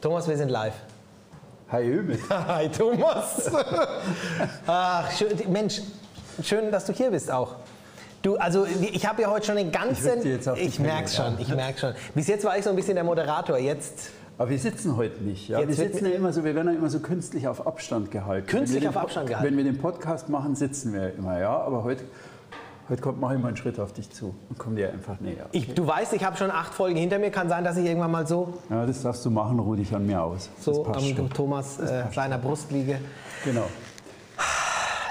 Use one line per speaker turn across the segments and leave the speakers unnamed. Thomas, wir sind live.
Hi Öbit.
Hi Thomas. Ach, schön, Mensch, schön, dass du hier bist auch. Du, also ich habe ja heute schon den ganzen.
drück dir jetzt auf die
ich merk's
Finger,
schon, ich merk's schon. Bis jetzt war ich so ein bisschen der Moderator. Jetzt
Aber wir sitzen heute nicht. Ja?
Jetzt
Wir
wird
sitzen ja immer so, wir werden ja immer so künstlich auf Abstand gehalten.
Künstlich
Wenn wir
auf
den Po-
Abstand gehalten.
Wenn wir den Podcast machen, sitzen wir immer, ja. Aber heute, heute kommt, mache ich mal einen Schritt auf dich zu und komm dir einfach näher.
Ich, du weißt, ich habe schon acht Folgen hinter mir. Kann sein, dass ich irgendwann mal so,
Ja, das darfst du machen, ruh dich an mir aus.
so
das passt
am
schon.
Thomas äh, seiner Brust liege.
Genau.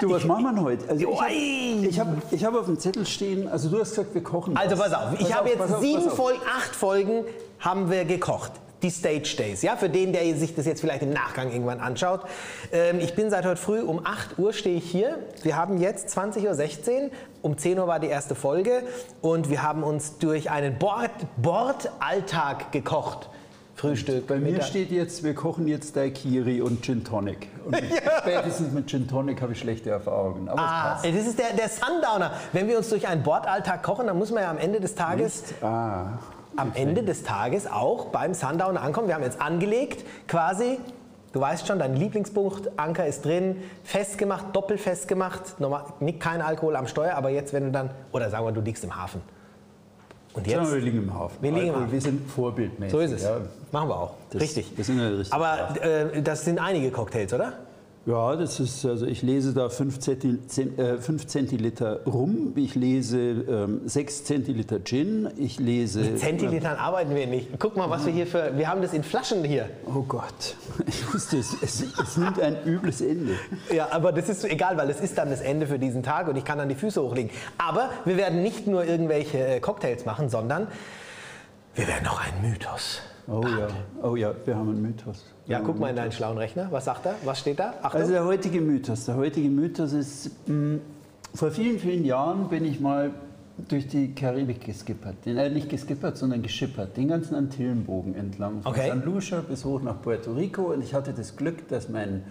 Du, was machen wir heute? Also
Ui.
ich habe ich hab auf dem Zettel stehen, also du hast gesagt, wir kochen.
Also
was.
pass auf, ich habe
pass
jetzt
auf,
sieben
pass auf.
Folgen, acht Folgen haben wir gekocht. Die Stage Days, ja, für den, der sich das jetzt vielleicht im Nachgang irgendwann anschaut. Ähm, ich bin seit heute früh um 8 Uhr stehe ich hier. Wir haben jetzt 20.16 Uhr, um 10 Uhr war die erste Folge und wir haben uns durch einen Bord- Bordalltag gekocht. Frühstück.
Bei mir
Mittag-
steht jetzt, wir kochen jetzt Daikiri und Gin Tonic. Und spätestens mit Gin Tonic habe ich schlechte Erfahrungen. Aber
Ah,
es passt.
das ist der, der Sundowner. Wenn wir uns durch einen Bordalltag kochen, dann muss man ja am Ende des Tages
Ah,
am Ende des Tages auch beim Sundowner ankommen. Wir haben jetzt angelegt, quasi, du weißt schon, dein Lieblingsbuch, Anker ist drin, festgemacht, doppelt festgemacht, normal, nicht kein Alkohol am Steuer, aber jetzt, wenn du dann, oder sagen wir, du liegst im Hafen. Und
sagen
jetzt?
wir, wir liegen im Hafen.
Wir liegen im Hafen.
Wir sind vorbildmäßig.
So ist es.
Ja,
Machen wir auch.
das,
richtig.
Das sind ja richtig.
Aber äh, das sind einige Cocktails, oder?
ja, das ist, also ich lese da 5 äh, fünf Zentiliter rum, ich lese 6 Zentiliter Gin, ich lese.
Zentilitern arbeiten wir nicht. Guck mal, was wir hier für. Wir haben das in Flaschen hier.
Oh Gott, ich wusste es. Es, es nimmt ein übles Ende.
Ja, aber das ist egal, weil es ist dann das Ende für diesen Tag und ich kann dann die Füße hochlegen. Aber wir werden nicht nur irgendwelche äh, Cocktails machen, sondern wir werden auch einen Mythos.
Oh ja, oh ja, wir haben einen Mythos. Wir
Ja,
haben
guck
einen
mal in deinen schlauen Rechner. Was sagt er? Was steht da? Achtung.
Also der heutige Mythos. Der heutige Mythos ist, mh, vor vielen, vielen Jahren bin ich mal durch die Karibik geskippert. Den, äh, nicht geskippert, sondern geschippert. Den ganzen Antillenbogen entlang. Von
Okay.
San Lucia bis hoch nach Puerto Rico. Und ich hatte das Glück, dass mein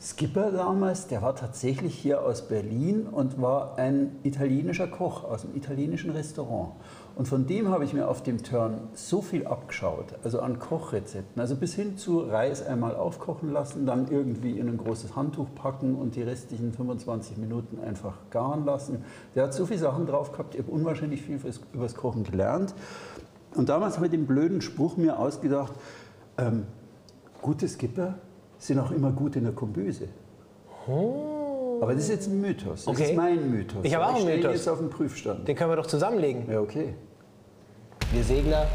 Skipper damals, der war tatsächlich hier aus Berlin und war ein italienischer Koch aus einem italienischen Restaurant. Und von dem habe ich mir auf dem Turn so viel abgeschaut, also an Kochrezepten, also bis hin zu Reis einmal aufkochen lassen, dann irgendwie in ein großes Handtuch packen und die restlichen 25 Minuten einfach garen lassen. Der hat so viele Sachen drauf gehabt, ich habe unwahrscheinlich viel fürs, übers Kochen gelernt. Und damals habe ich den blöden Spruch mir ausgedacht, ähm, gute Skipper sind auch immer gut in der Kombüse. Aber das ist jetzt ein Mythos. Das
Oh. Okay.
ist mein Mythos.
Ich habe auch einen
stehe
Mythos.
jetzt auf dem Prüfstand.
Den können wir doch zusammenlegen.
Ja, okay.
Wir Segler,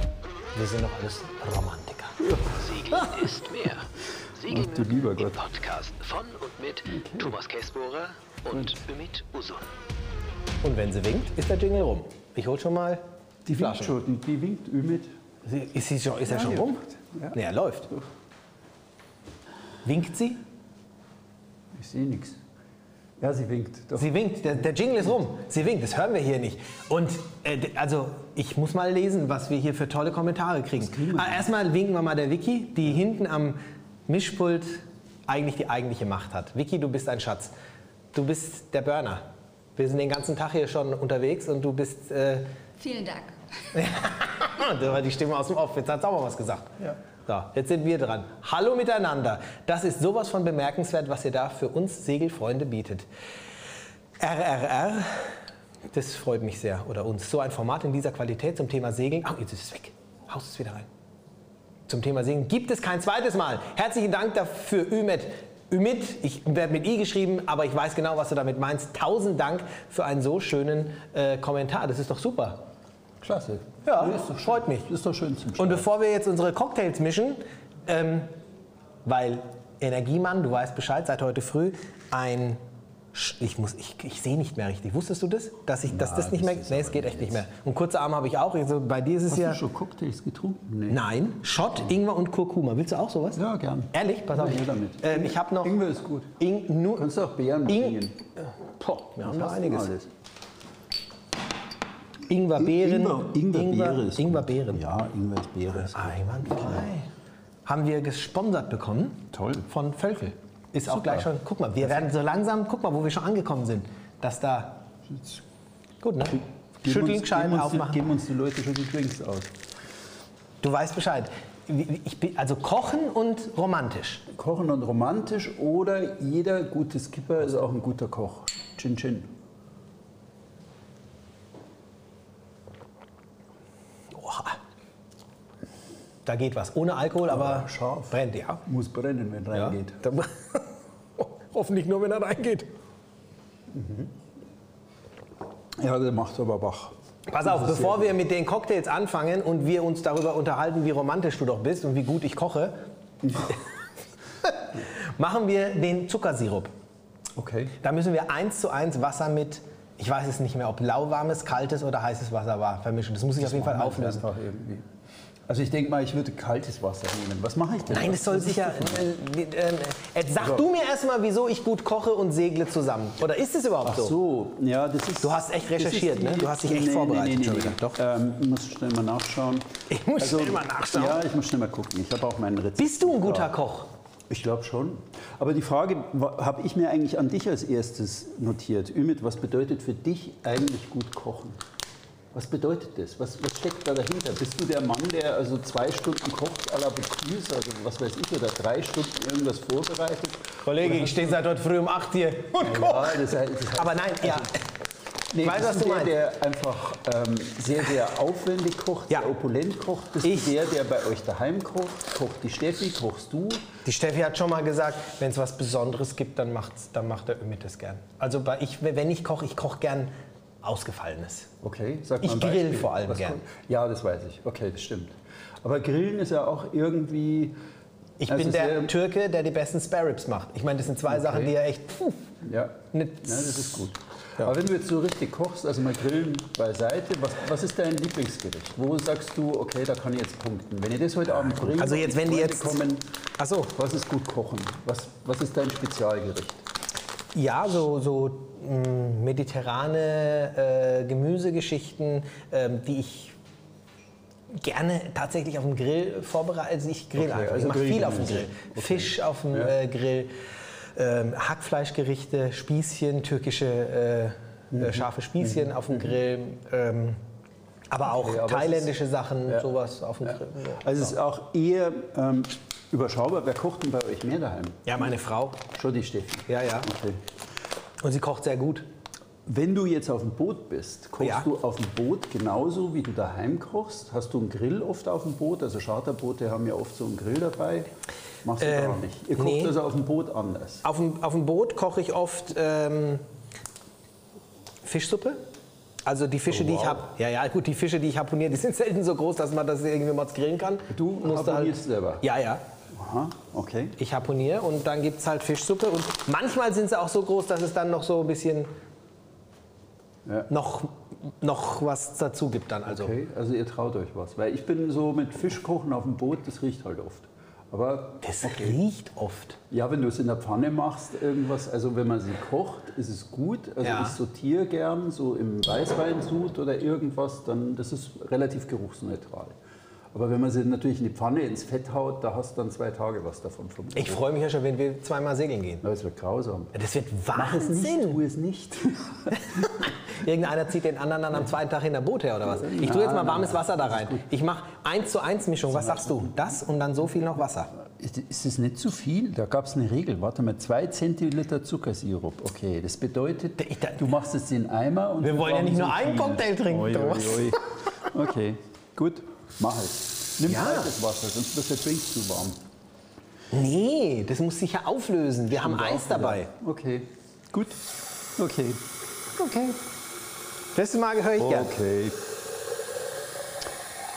wir sind doch alles Romantiker.
Segeln ist mehr. Segeln
Ach du lieber
im
Gott.
Podcast von und mit Thomas Käsbohrer und Ümit Usun.
Und wenn sie winkt, ist der Jingle rum. Ich hol schon mal die
Winkt
Flasche.
schon, die, die winkt Ümit.
Sie- Ist, sie schon, ist er
Ja,
schon
die-
rum?
ja.
Nee, er läuft. Winkt sie?
Ich sehe nichts. Ja, sie winkt. Doch.
Sie winkt, der, der Jingle ist rum. Sie winkt, das hören wir hier nicht. Und äh, d- also, ich muss mal lesen, was wir hier für tolle Kommentare kriegen.
kriegen wir.
Ah, erstmal winken wir mal der Vicky, die hinten am Mischpult eigentlich die eigentliche Macht hat. Vicky, du bist ein Schatz. Du bist der Burner. Wir sind den ganzen Tag hier schon unterwegs und du bist. Äh,
Vielen Dank.
Ah, da war die Stimme aus dem Off. Jetzt hat auch mal was gesagt.
Ja.
So, jetzt sind wir dran. Hallo miteinander. Das ist sowas von bemerkenswert, was ihr da für uns Segelfreunde bietet. RRR, das freut mich sehr. Oder uns. So ein Format in dieser Qualität zum Thema Segeln. Ach, jetzt ist es weg. Haust es wieder rein. Zum Thema Singen gibt es kein zweites Mal. Herzlichen Dank dafür, Ümit. Ümit, ich werde mit I geschrieben, aber ich weiß genau, was du damit meinst. Tausend Dank für einen so schönen äh, Kommentar. Das ist doch super.
Klasse.
Ja,
Nee, ist doch schön.
freut mich.
Ist doch schön zum
Und
Start.
bevor wir jetzt unsere Cocktails mischen, ähm, weil Energiemann, du weißt Bescheid, seit heute früh ein. Sch- Ich, muss- ich, ich sehe nicht mehr richtig. Wusstest du das? Dass, ich, dass
Na,
das nicht
das
mehr.
ist
Nee, es geht echt nicht mehr. Und kurze Arme habe ich auch. Also bei dir ist es
Hast
ja.
du schon Cocktails getrunken? Nee.
Nein, Schott, Ingwer und Kurkuma. Willst du auch sowas?
Ja, gern.
Ehrlich? Pass auf.
Ja, damit.
Ähm, ich habe noch.
Ingwer ist gut.
Ing, nur,
Kannst du auch Beeren
Ing-
bringen?
Boah, wir haben da
Hast du
einiges.
alles?
Ingwerbeeren.
Ingwer, Ingwerbeere ist gut.
Ingwerbeeren.
Ja, Ingwer ist Beere.
Ah.
Ist gut.
Einwandfrei. Haben wir gesponsert bekommen.
Toll.
Von Völkel. Ist auch
Super.
gleich schon. Guck mal, wir werden so langsam, guck mal, wo wir schon angekommen sind, dass da. Gut, ne?
Geben uns-
Schütteln, Scheiben
geben uns die-
aufmachen.
Geben uns die Leute schon die Drinks aus.
Du weißt Bescheid. wie- ich bin, also kochen und romantisch.
Kochen und romantisch oder jeder gute Skipper ist auch ein guter Koch. Chin Chin.
Boah. Da geht was. Ohne Alkohol, aber
Ja, scharf.
brennt, ja.
Muss brennen, wenn reingeht.
Da- Hoffentlich nur, wenn er reingeht.
Ja, der macht aber wach.
Pass auf, bevor wir mit den Cocktails anfangen und wir uns darüber unterhalten, wie romantisch du doch bist und wie gut ich koche, machen wir den Zuckersirup.
Okay.
Da müssen wir eins zu eins Wasser mit, ich weiß es nicht mehr, ob lauwarmes, kaltes oder heißes Wasser war, vermischen. Das muss ich auf jeden Fall
Machen wir
auflösen.
einfach irgendwie. Also ich denke mal, ich würde kaltes Wasser nehmen. Was mache ich denn?
Nein, das soll
ist Also
sicher. Äh, äh, äh, sag du mir erstmal, wieso ich gut koche und segle zusammen. Oder ist es überhaupt
Ach so, ja, das ist.
Du hast echt
das ist
recherchiert,
die-
ne? Du hast dich echt
nee,
vorbereitet
Nee, nee,
schon
nee,
wieder.
nee. Doch. Ähm, ich muss schnell mal nachschauen. Also,
Ich muss schnell mal nachschauen.
Ja, ich muss schnell mal gucken. Ich habe auch meinen Rezept.
Bist du ein guter
Ja.
Koch?
Ich glaube schon. Aber die Frage habe ich mir eigentlich an dich als erstes notiert. Ümit, was bedeutet für dich eigentlich gut kochen? Was bedeutet das? Was, was steckt da dahinter? Bist du der Mann, der also zwei Stunden kocht à la Bocuse, also was weiß ich, oder drei Stunden irgendwas vorbereitet?
Kollege, ich stehe seit heute früh um 8 hier und
Ja, das heißt, das heißt,
Aber nein,
Also
ja.
nee,
weiß,
bist
was
du
du
der,
meinst.
der einfach ähm, sehr, sehr aufwendig kocht,
Ja.
sehr opulent kocht? Bist
Ich-
du der, der bei euch daheim kocht? Kocht die Steffi, kochst du?
Die Steffi hat schon mal gesagt, wenn es was Besonderes gibt, dann, macht's, dann macht der Ömit das gern. Also bei ich, wenn ich koche, ich koche gern Ausgefallenes.
Okay, sag mal
Ich
ein
grill
Beispiel.
vor allem
Was
gern.
kommt? Ja, das weiß ich. Okay, das stimmt. Aber Grillen ist ja auch irgendwie.
Ich
also
bin der
sehr-
Türke, der die besten Spare Ribs macht. Ich meine, das sind zwei Sachen, die ja echt. Pff,
Ja, ja
nicht-
das ist gut. Aber wenn du jetzt so richtig kochst, also mal Grillen beiseite, was, was ist dein Lieblingsgericht? Wo sagst du, okay, da kann ich jetzt punkten? Wenn ihr das heute Abend bringt,
Also
und
jetzt,
die
wenn die
Freunde
jetzt-
Kommen,
ach so.
was ist gut kochen? Was, was ist dein Spezialgericht?
Ja, so, so mh, mediterrane äh, Gemüsegeschichten, ähm, die ich gerne tatsächlich auf dem Grill vorbereite. Also ich grill
Okay,
einfach.
also
ich mache viel auf dem
Grillgemüse.
Grill. Fisch auf dem äh, Grill, ähm, Hackfleischgerichte, Spießchen, türkische äh,
Mhm.
äh, scharfe Spießchen auf dem Grill. Ähm, aber auch
Okay, Mhm. aber es ist-
thailändische Sachen, sowas auf dem Grill.
Also es ist auch eher ähm, überschaubar. Wer kocht denn bei euch mehr daheim?
Ja, meine Frau.
Schon die Steffi.
Ja, ja.
Okay.
Und sie kocht sehr gut.
Wenn du jetzt auf dem Boot bist, kochst
Ja.
du auf dem Boot genauso, wie du daheim kochst? Hast du einen Grill oft auf dem Boot? Also Charterboote haben ja oft so einen Grill dabei. Machst du gar nicht. Ihr kocht
Ähm, nee.
also auf dem Boot anders.
Auf dem, auf dem Boot koche ich oft ähm, Fischsuppe. Also die Fische, die
wow.
ich habe. Ja, ja, gut, die Fische, die ich harpuniere, die sind selten so groß, dass man das irgendwie mal grillen kann.
Du
Musst du halt
harpunierst selber?
Ja, ja.
Aha, okay.
Ich harpuniere und dann gibt es halt Fischsuppe. Und manchmal sind sie auch so groß, dass es dann noch so ein bisschen
Ja.
noch, noch was dazu gibt dann. Also
okay. Also ihr traut euch was. Weil ich bin so mit Fischkochen auf dem Boot, das riecht halt oft. Aber
das riecht oft.
ja, wenn du es in der Pfanne machst, irgendwas, also wenn man sie kocht, ist es gut. Also
Ja.
ich sortiere gern so im Weißweinsud oder irgendwas, dann das ist relativ geruchsneutral. Aber wenn man sie natürlich in die Pfanne ins Fett haut, da hast du dann zwei Tage was davon vom
Ich freue mich ja schon, wenn wir zweimal segeln gehen.
Ja, Das wird grausam.
Das wird
Es nicht,
Wahnsinn.
tu es nicht.
Irgendeiner zieht den anderen dann am zweiten Tag hinter Boot her oder was? Ich tue jetzt mal warmes Wasser da rein. Ich mache 1 zu 1 Mischung. Was sagst du? Das und dann so viel noch Wasser.
Ist ist es nicht zu viel? Da gab es eine Regel. Warte mal, zwei Zentiliter Zuckersirup. Okay, das bedeutet,
Ich da-
du machst es in den Eimer und
Wir
wir
wollen ja
brauchen
nicht
so
nur einen
viel.
Cocktail trinken,
Ui, ui,
Thomas.
ui. Okay, gut, mach es. Nimm
Ja.
kaltes Wasser, sonst wird der Drink zu warm.
Nee, das muss sich ja auflösen. Wir haben Eis dabei.
Okay, gut. Okay.
Okay. Das mal höre ich gern.
Okay.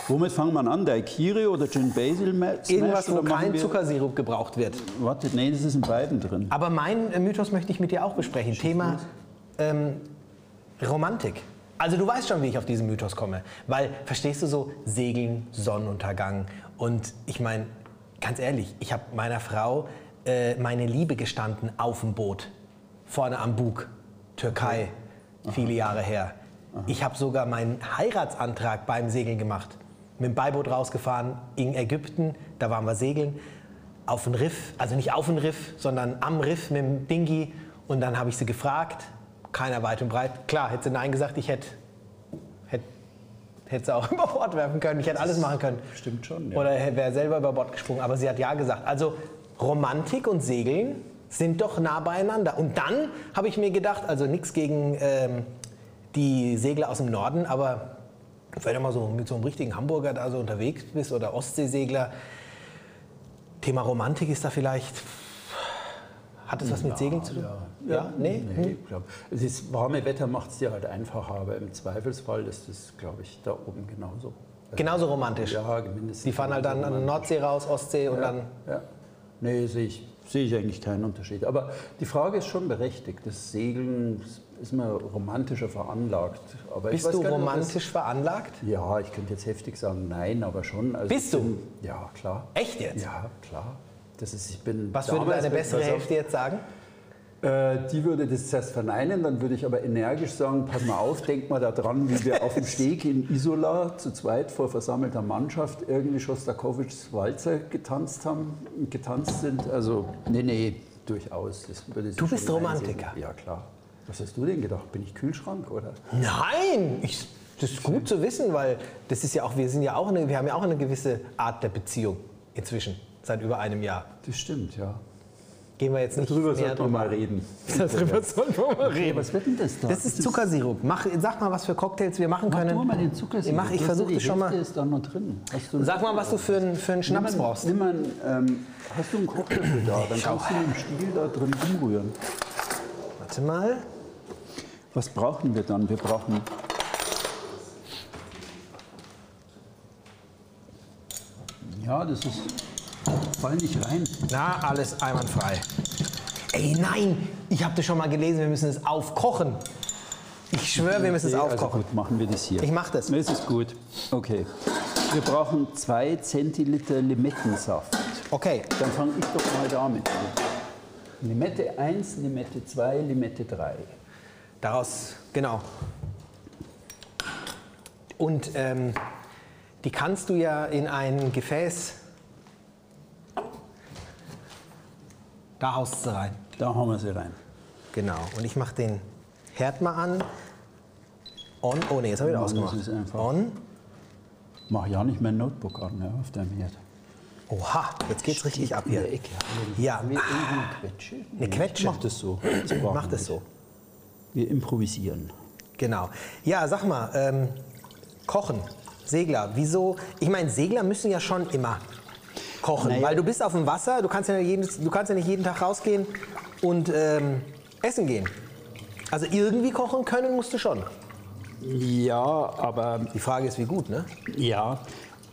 Womit fangen wir an? Daiquiri oder Gin Basil Ma- Smash?
Irgendwas, wo
oder machen
kein
wir-
Zuckersirup gebraucht wird.
Warte, nee, das ist in beiden drin.
Aber mein äh, Mythos möchte ich mit dir auch besprechen. Thema ähm, Romantik. Also du weißt schon, wie ich auf diesen Mythos komme. Weil, verstehst du so, Segeln, Sonnenuntergang. Und ich meine, ganz ehrlich, ich habe meiner Frau äh, meine Liebe gestanden auf dem Boot. Vorne am Bug. Türkei. Viele Jahre her. Ich habe sogar meinen Heiratsantrag beim Segeln gemacht. Mit dem Beiboot rausgefahren in Ägypten. Da waren wir segeln auf den Riff, also nicht auf den Riff, sondern am Riff mit dem Dingi. Und dann habe ich sie gefragt, keiner weit und breit. Klar, hätte sie Nein gesagt, ich hätte, hätte Hätte sie auch über Bord werfen können. Ich hätte alles machen können.
Stimmt schon.
Oder wäre selber über Bord gesprungen. Aber sie hat ja gesagt. Also Romantik und Segeln sind doch nah beieinander. Und dann habe ich mir gedacht, also nichts gegen ähm, die Segler aus dem Norden, aber wenn du mal so mit so einem richtigen Hamburger da so unterwegs bist oder Ostseesegler, Thema Romantik ist da vielleicht. Hat es was mit Segeln zu tun?
Ja, ja nee. ich glaub, es ist, warme Wetter macht es dir halt einfacher, aber im Zweifelsfall ist es, glaube ich, da oben genauso.
Genauso romantisch.
Ja, mindestens.
Die fahren halt dann an den Nordsee raus, Ostsee und dann.
Ja. Nee, sehe ich, sehe ich eigentlich keinen Unterschied. Aber die Frage ist schon berechtigt. Das Segeln ist mir romantischer veranlagt. Aber ich
Bist
weiß
du
gar nicht, ob das-
romantisch veranlagt?
Ja, ich könnte jetzt heftig sagen, nein, aber schon. Also
Bist
ich
du?
bin- Ja, klar.
Echt jetzt?
Ja, klar. Das ist, ich bin
Was würde
damals-
deine bessere
pass auf,
Hälfte jetzt sagen?
Äh, die würde das zuerst verneinen, dann würde ich aber energisch sagen, pass mal auf, denk mal daran, wie wir auf dem Steg in Isola zu zweit vor versammelter Mannschaft irgendwie Schostakowitschs Walzer getanzt haben, getanzt sind. Also, nee, nee, durchaus. Das würde sie
Du bist
schon einsehen.
Romantiker.
Ja, klar. Was hast du denn gedacht? Bin ich Kühlschrank, oder?
Nein! Ich, das ist gut zu wissen, weil das ist ja auch, wir sind ja auch eine, wir haben ja auch eine gewisse Art der Beziehung inzwischen, seit über einem Jahr.
Das stimmt, ja.
Gehen wir jetzt nicht
Darüber
näher
sollten wir mal reden.
drüber. Darüber sollten wir mal reden.
Was wird denn das da?
Das ist Zuckersirup. Mach, sag mal, was für Cocktails wir machen
Mach
können.
du mal den Zuckersirup.
Mach, ich
Du hast
versuche
ja die
das schon
Hälfte
mal.
ist da noch drin. Hast du einen
Sag mal, was du für einen, für einen Schnaps
Nimm mal-
brauchst.
Nimm mal, einen, ähm, hast du einen Kochlöffel da? Dann
Schau.
kannst du den Stiel da drin umrühren.
Warte mal.
Was brauchen wir dann? Wir brauchen ja, das ist fall nicht rein.
Na, alles einwandfrei. Ey, nein! Ich habe das schon mal gelesen, wir müssen es aufkochen. Ich schwöre, wir müssen es
Nee,
aufkochen.
Also gut, machen wir das hier.
Ich mach das.
Nee, Es ist gut. Okay. Wir brauchen zwei Zentiliter Limettensaft.
Okay,
Dann fange ich doch mal damit an. Limette 1, Limette 2, Limette 3.
daraus, genau. Und ähm, die kannst du ja in ein Gefäß. Da haust du rein.
Da haben wir sie rein.
Genau. Und ich mache den Herd mal an. On. Oh ne, jetzt habe ich wieder
Mann, das
ausgemacht.
ist einfach-
On.
Mach ja nicht mein Notebook an, ne, auf deinem Herd.
Oha, jetzt geht's richtig ab
In der
hier.
Ecke.
Ja.
Haben wir irgendwie eine Quetsche? Nee,
Quetsche.
Mach das so. Das brauchen
Mach das
wir
so.
nicht. Wir improvisieren.
Genau. Ja, sag mal, ähm, Kochen, Segler, wieso? Ich meine, Segler müssen ja schon immer kochen,
Naja.
weil du bist auf dem Wasser, du kannst ja, jedes, du kannst ja nicht jeden Tag rausgehen und ähm, essen gehen. Also irgendwie kochen können musst du schon.
Ja, aber
Die Frage ist, wie gut, ne?
ja.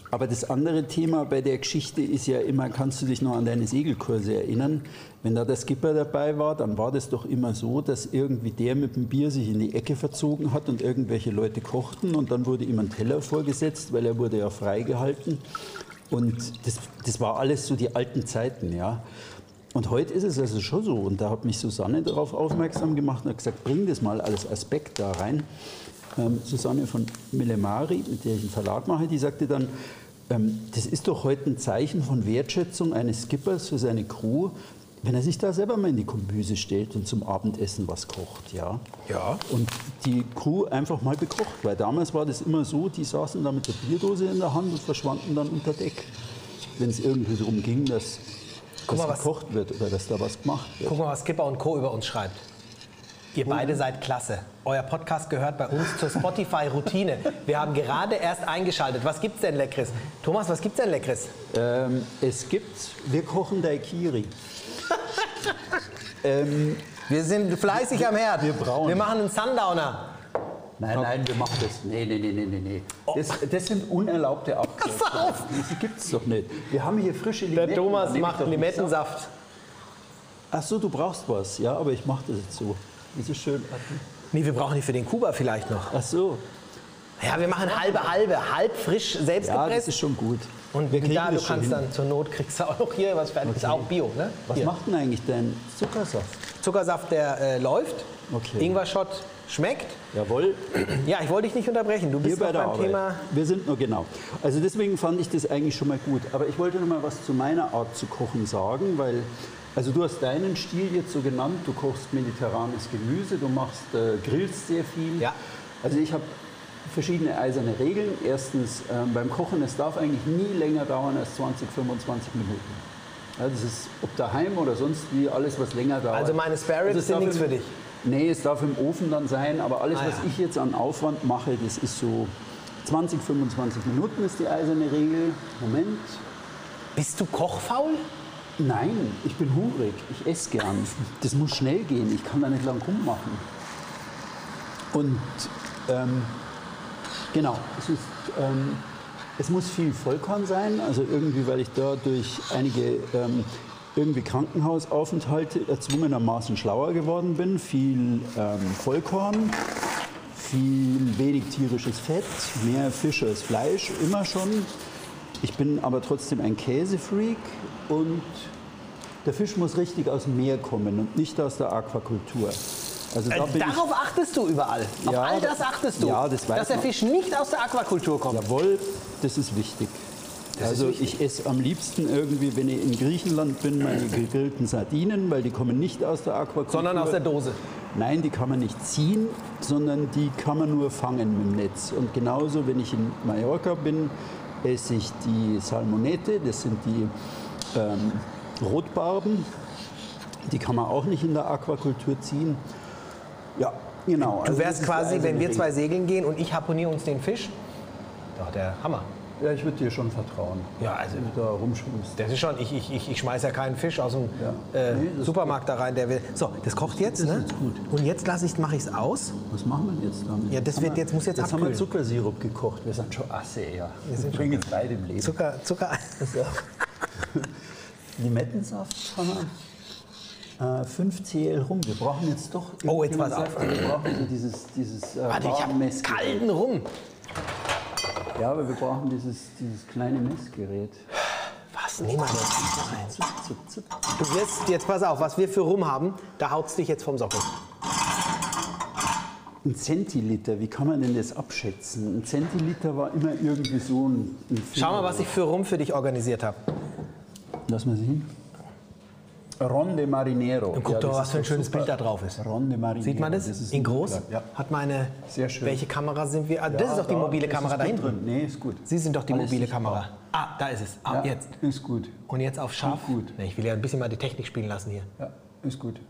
Aber das andere Thema bei der Geschichte ist ja immer, kannst du dich noch an deine Segelkurse erinnern? Wenn da der Skipper dabei war, dann war das doch immer so, dass irgendwie der mit dem Bier sich in die Ecke verzogen hat und irgendwelche Leute kochten und dann wurde ihm ein Teller vorgesetzt, weil er wurde ja freigehalten. Und das, das war alles so die alten Zeiten, ja. Und heute ist es also schon so, und da hat mich Susanne darauf aufmerksam gemacht und hat gesagt, bring das mal als Aspekt da rein. Ähm, Susanne von Millemari, mit der ich einen Verlag mache, die sagte dann, ähm, das ist doch heute ein Zeichen von Wertschätzung eines Skippers für seine Crew, wenn er sich da selber mal in die Kombüse stellt und zum Abendessen was kocht. Ja.
Ja.
Und die Crew einfach mal bekocht, weil damals war das immer so, die saßen da mit der Bierdose in der Hand und verschwanden dann unter Deck, wenn es irgendwie darum ging, dass
Guck
dass
mal, was-
gekocht wird oder dass da was gemacht wird.
Guck mal, was Skipper und Co. über uns schreibt.
Hm.
Ihr beide seid klasse. Euer Podcast gehört bei uns zur Spotify-Routine. Wir haben gerade erst eingeschaltet. Was gibt's denn Leckeres? Thomas, was gibt's denn Leckeres?
Ähm, es gibt, wir kochen Daikiri.
Ähm, Wir sind fleißig am Herd.
Wir brauen.
Wir machen einen Sundowner.
Nein, nein, wir machen das. Nee, nee, nee, nee, nee, nee. Das, das sind unerlaubte Abkürzungen.
Oh. Pass auf!
Die gibt es doch nicht. Wir haben hier frische Limetten.
Der Thomas
Nehm ich
macht
doch nicht
Limettensaft.
ab. Ach so, du brauchst was. Ja, aber ich mache das jetzt so. Das ist schön.
Nee, wir brauchen die für den Kuba vielleicht noch.
Ach so.
Ja, wir machen halbe, halbe, halb frisch selbst
Ja, das
gepresst.
ist schon gut.
Und
wir kriegen
da, du
das schon
kannst
hin.
dann zur Not kriegst du auch noch hier was fertig. Ist auch Bio, ne?
Was
hier.
macht denn eigentlich dein Zuckersaft?
Zuckersaft, der äh, läuft.
Okay.
Ingwer-Shot schmeckt.
Jawohl,
Ja, ich wollte dich nicht unterbrechen. Du
Wir
bist
bei
noch
der
beim
Arbeit.
Thema.
Wir sind nur genau. Also deswegen fand ich das eigentlich schon mal gut. Aber ich wollte noch mal was zu meiner Art zu kochen sagen, weil also du hast deinen Stil jetzt so genannt. Du kochst mediterranes Gemüse, du machst äh, grillst sehr viel.
Ja.
Also ich habe verschiedene eiserne Regeln. Erstens, ähm, beim Kochen, es darf eigentlich nie länger dauern als 20, 25 Minuten. Ja, das ist ob daheim oder sonst wie alles, was länger dauert.
Also meine Spare Ribs
es
sind
darf
nichts
im-
für dich?
Nee, es darf im Ofen dann sein, aber alles,
Ah,
was
ja.
ich jetzt an Aufwand mache, das ist so 20, 25 Minuten ist die eiserne Regel. Moment.
Bist du kochfaul?
Nein, ich bin hungrig. Ich esse gern. Das muss schnell gehen. Ich kann da nicht lang rummachen. Und ähm, genau, es, ist, ähm, es muss viel Vollkorn sein. Also irgendwie, weil ich da durch einige ähm, irgendwie Krankenhausaufenthalte erzwungenermaßen schlauer geworden bin. Viel ähm, Vollkorn, viel wenig tierisches Fett, mehr Fisch als Fleisch, immer schon. Ich bin aber trotzdem ein Käsefreak und der Fisch muss richtig aus dem Meer kommen und nicht aus der Aquakultur. Also da
Äh,
bin ich
darauf achtest du überall. Auf
Ja,
all das achtest du.
ja, das weiß
dass der
man.
Fisch nicht aus der Aquakultur kommt.
Jawohl, das ist wichtig. also ich esse am liebsten irgendwie, wenn ich in Griechenland bin, meine gegrillten Sardinen, weil die kommen nicht aus der Aquakultur.
Sondern aus der Dose.
Nein, die kann man nicht ziehen, sondern die kann man nur fangen mit dem Netz. Und genauso, wenn ich in Mallorca bin, esse ich die Salmonette, das sind die ähm, Rotbarben. Die kann man auch nicht in der Aquakultur ziehen. Ja, genau.
Du
also das
wärst
ist
quasi,
die
wenn wir
eiserne
zwei segeln gehen und ich harponiere uns den Fisch. Doch, der Hammer.
Regel. Ja, ich würde dir schon vertrauen.
Ja, also-
Wenn du da rumschwimmst.
Das ist schon, ich, ich, ich, ich schmeiß ja keinen Fisch aus dem
Ja.
äh,
Nee, das ist
Supermarkt da rein, der will. So, das kocht jetzt,
Das ist
ne?
jetzt gut.
Und jetzt lasse ich, mache ich es aus.
Was machen wir jetzt damit?
Ja, das wird
haben wir-
jetzt- muss jetzt
jetzt haben wir
abkühlen.
Zuckersirup gekocht. Wir sind schon Asse, ja. Wir sind bringen jetzt beide im Leben.
Zucker, Zucker.
Limettensaft haben wir. Äh, 5 CL rum. Wir brauchen jetzt doch.
Oh, jetzt
irgendjemand
pass auf.
sagt, Wir brauchen so dieses. dieses äh,
Warte, ich
warme
habe
Messgerät.
kalten Rum.
Ja, aber wir brauchen dieses, dieses kleine Messgerät.
Was? Nimm mal das. Nein.
Zup, zup, zup.
Du wirst, jetzt pass auf, was wir für Rum haben, da haut's dich jetzt vom Sockel.
Ein Zentiliter, wie kann man denn das abschätzen? Ein Zentiliter war immer irgendwie so ein. ein
Schau mal, was ich für Rum für dich organisiert habe.
Lass mal sehen. Ronde Marinero.
Und guck
Ja,
doch,
das
was
ist
für ein
doch
schönes
super.
Bild da drauf ist.
Ronde Marinero.
Sieht man das?
ist
In
super.
groß?
Ja.
Hat meine.
Sehr schön.
Welche Kamera sind wir? Ah, das ist doch die
da
mobile
ist
Kamera
es
da
gut
hinten.
Drin. Nee, ist gut.
Sie sind doch die
Alles
mobile
sichtbar.
Kamera. Ah, da ist es. Ah,
Ja,
jetzt.
Ist gut.
Und jetzt auf scharf.
Gut, gut.
Nee, Ich will ja ein bisschen mal die Technik spielen lassen hier.
Ja, ist gut.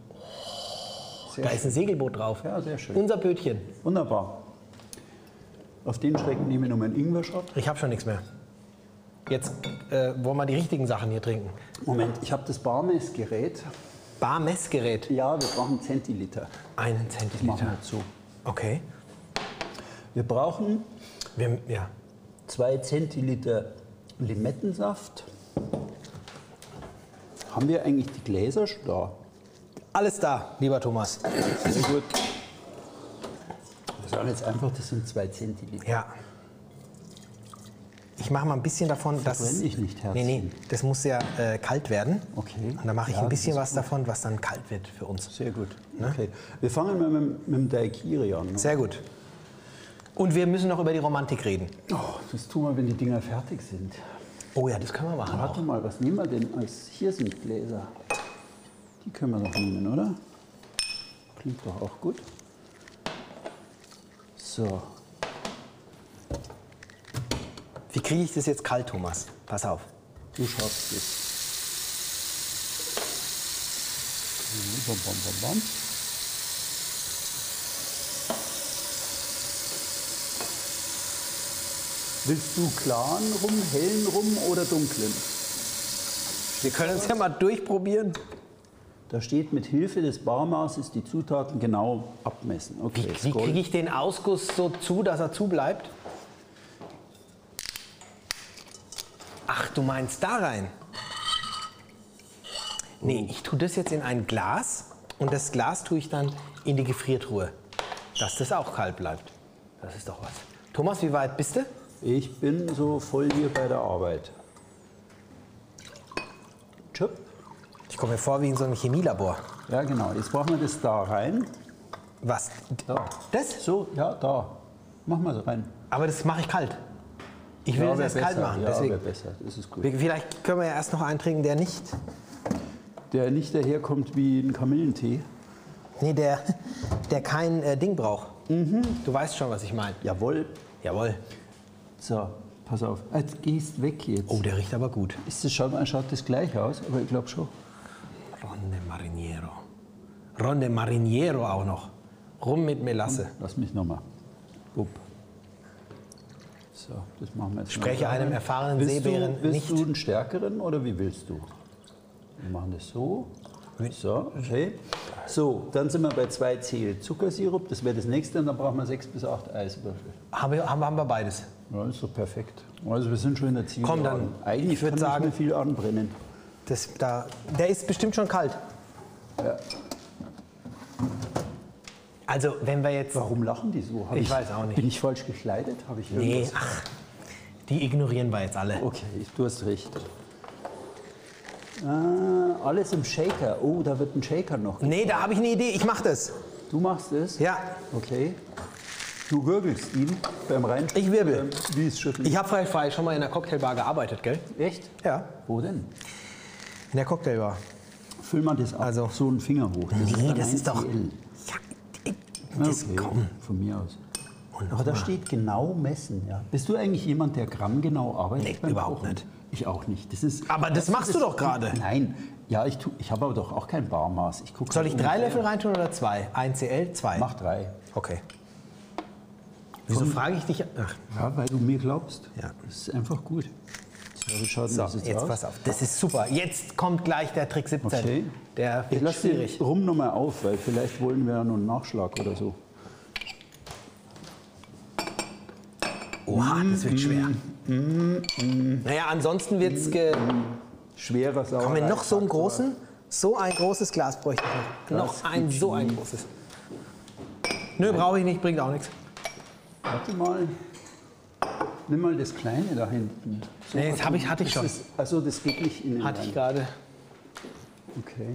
Sehr
Da ist ein Segelboot drauf.
Ja, sehr schön.
Unser Bötchen.
schön. Wunderbar. Auf den Schrecken nehmen wir nochmal einen Ingwer-Shot.
Ich habe schon nichts mehr. Jetzt äh, wollen wir die richtigen Sachen hier trinken.
Moment, ich habe das Barmessgerät.
Barmessgerät.
Ja, wir brauchen Zentiliter.
Einen
Machen
Zentiliter.
wir zu.
Okay.
Wir brauchen
Wir, ja.
zwei Zentiliter Limettensaft. Haben wir eigentlich die Gläser schon da?
Alles da, lieber Thomas.
Sehr gut. Wir sagen jetzt einfach, das sind zwei Zentiliter.
Ja. Ich mache mal ein bisschen davon, dass.
Verbrenne ich nicht,
Nee,
Herzchen.
nee, das muss ja äh, kalt werden.
Okay.
Und dann mache ich
Ja,
ein
das
bisschen
ist
was davon, was dann kalt wird für uns.
Sehr gut. Okay. Wir fangen mal mit, mit dem Daikiri an. ne?
Sehr gut. Und wir müssen noch über die Romantik reden.
Oh, das tun wir, wenn die Dinger fertig sind.
Oh ja, das können wir machen.
Warte mal, was nehmen wir denn als. Hier sind Gläser. Die können wir noch nehmen, oder? Klingt doch auch gut. So.
Wie kriege ich das jetzt kalt, Thomas? Pass auf.
Du schaffst es. Bam, bam, bam, bam. Willst du klaren rum, hellen rum oder dunklen?
Wir können uns ja mal durchprobieren.
Da steht mit Hilfe des Barmaßes die Zutaten genau abmessen.
Wie,
Okay,
wie kriege ich den Ausguss so zu, dass er zu bleibt? Ach, du meinst da rein? Nee, ich tue das jetzt in ein Glas und das Glas tue ich dann in die Gefriertruhe, dass das auch kalt bleibt. Das ist doch was. Thomas, wie weit bist du?
Ich bin so voll hier bei der Arbeit. Chip.
Ich komme mir vor wie in so einem Chemielabor.
Ja, genau. Jetzt brauchen wir das da rein.
Was?
Da.
Das?
So, ja, da. Machen wir es rein.
Aber das mache ich kalt. Ich will
ja,
das
wär
erst kalt
besser.
machen.
Ja, wär
deswegen.
besser. Das ist gut.
Wir- Vielleicht können wir ja erst noch einen trinken, der nicht.
Der nicht daherkommt wie ein Kamillentee. Mhm.
Nee, der, der kein äh, Ding braucht. Du weißt schon, was ich meine.
Jawohl.
Jawohl.
So, pass auf. Ah, Jetzt gehst weg jetzt.
Oh, der riecht aber gut.
Ist das, schaut, mal- schaut das gleich aus, aber ich glaube schon.
Ronde Mariniero. Ronde Mariniero auch noch. Rum mit Melasse.
Lass mich nochmal. Bub. So, das machen wir jetzt.
Spreche
mal.
einem erfahrenen
willst
Seebären
du,
nicht.
willst du einen stärkeren oder wie willst du? Wir machen das so. So, okay. So, dann sind wir bei 2 Zähl Zuckersirup. Das wäre das nächste und dann brauchen wir 6 bis 8 Eiswürfel.
Haben wir, haben, wir- haben wir beides.
Ja, ist doch perfekt. Also wir sind schon in der
Komm,
Zielgeraden.
dann.
Eigentlich
Ich würd
kann
sagen-
nicht mehr viel anbrennen.
Das, da, der ist bestimmt schon kalt.
Ja.
Also, wenn wir jetzt.
Warum lachen die so? Hab
Ich weiß auch nicht.
Bin ich falsch gekleidet? Habe ich
Nee,
irgendwas-
ach, die ignorieren wir jetzt alle.
Okay, ich- du hast recht. Ah, alles im Shaker. Oh, da wird ein Shaker noch.
Nee, da habe ich eine Idee. Ich mache das.
Du machst es?
Ja,
Okay. Du wirbelst ihn beim Rein.
Ich wirbel.
Ähm, Wie es Schiff
ich habe frei, frei schon mal in der Cocktailbar gearbeitet, gell?
Echt?
Ja,
Wo denn?
in der Cocktailbar.
Füll mal das ab.
Also-
so einen Finger hoch. Das
Nee,
dann
das
ein
ist doch-
CL.
Ja, ich- das
Okay,
komm.
Von mir aus.
Und
Aber da
nochmal.
steht genau messen. Ja. Bist du eigentlich jemand, der grammgenau arbeitet?
Nee,
beim
überhaupt
Kochen?
nicht.
Ich auch nicht. Das ist,
Aber das
weißt
machst du doch gerade.
Nein. Ja, ich, tu, ich habe aber doch auch kein Barmaß. Ich guck
Soll
halt
ich drei
ungefähr.
Löffel reintun oder zwei? Ein CL, zwei.
Mach drei.
Okay. Wieso frage ich dich? Ach,
Ja, weil du mir glaubst.
Ja.
Das ist einfach gut. So, wie schaut denn das
so, jetzt
aus?
pass auf. Das ist super. Jetzt kommt gleich der Trick 17.
Okay.
Der
Ich
wird
lasse den
schwierig.
Rum nochmal auf, weil vielleicht wollen wir ja noch einen Nachschlag oder so.
Oha, das wird schwer. mm, Naja, ansonsten wird es. Ge
Schwerer Sauerei.
Haben wir noch so einen großen? So ein großes Glas bräuchte ich noch.
Das
Noch ein,
gibt's
so ein großes. Nö, brauche ich nicht, bringt auch nichts.
Warte mal. Nimm mal das Kleine da hinten. So,
Nee, das
warte
hab
mal.
ich- hatte ich
Das
schon.
Ist, also das geht nicht in den
Hatte ich
rein.
gerade.
Okay.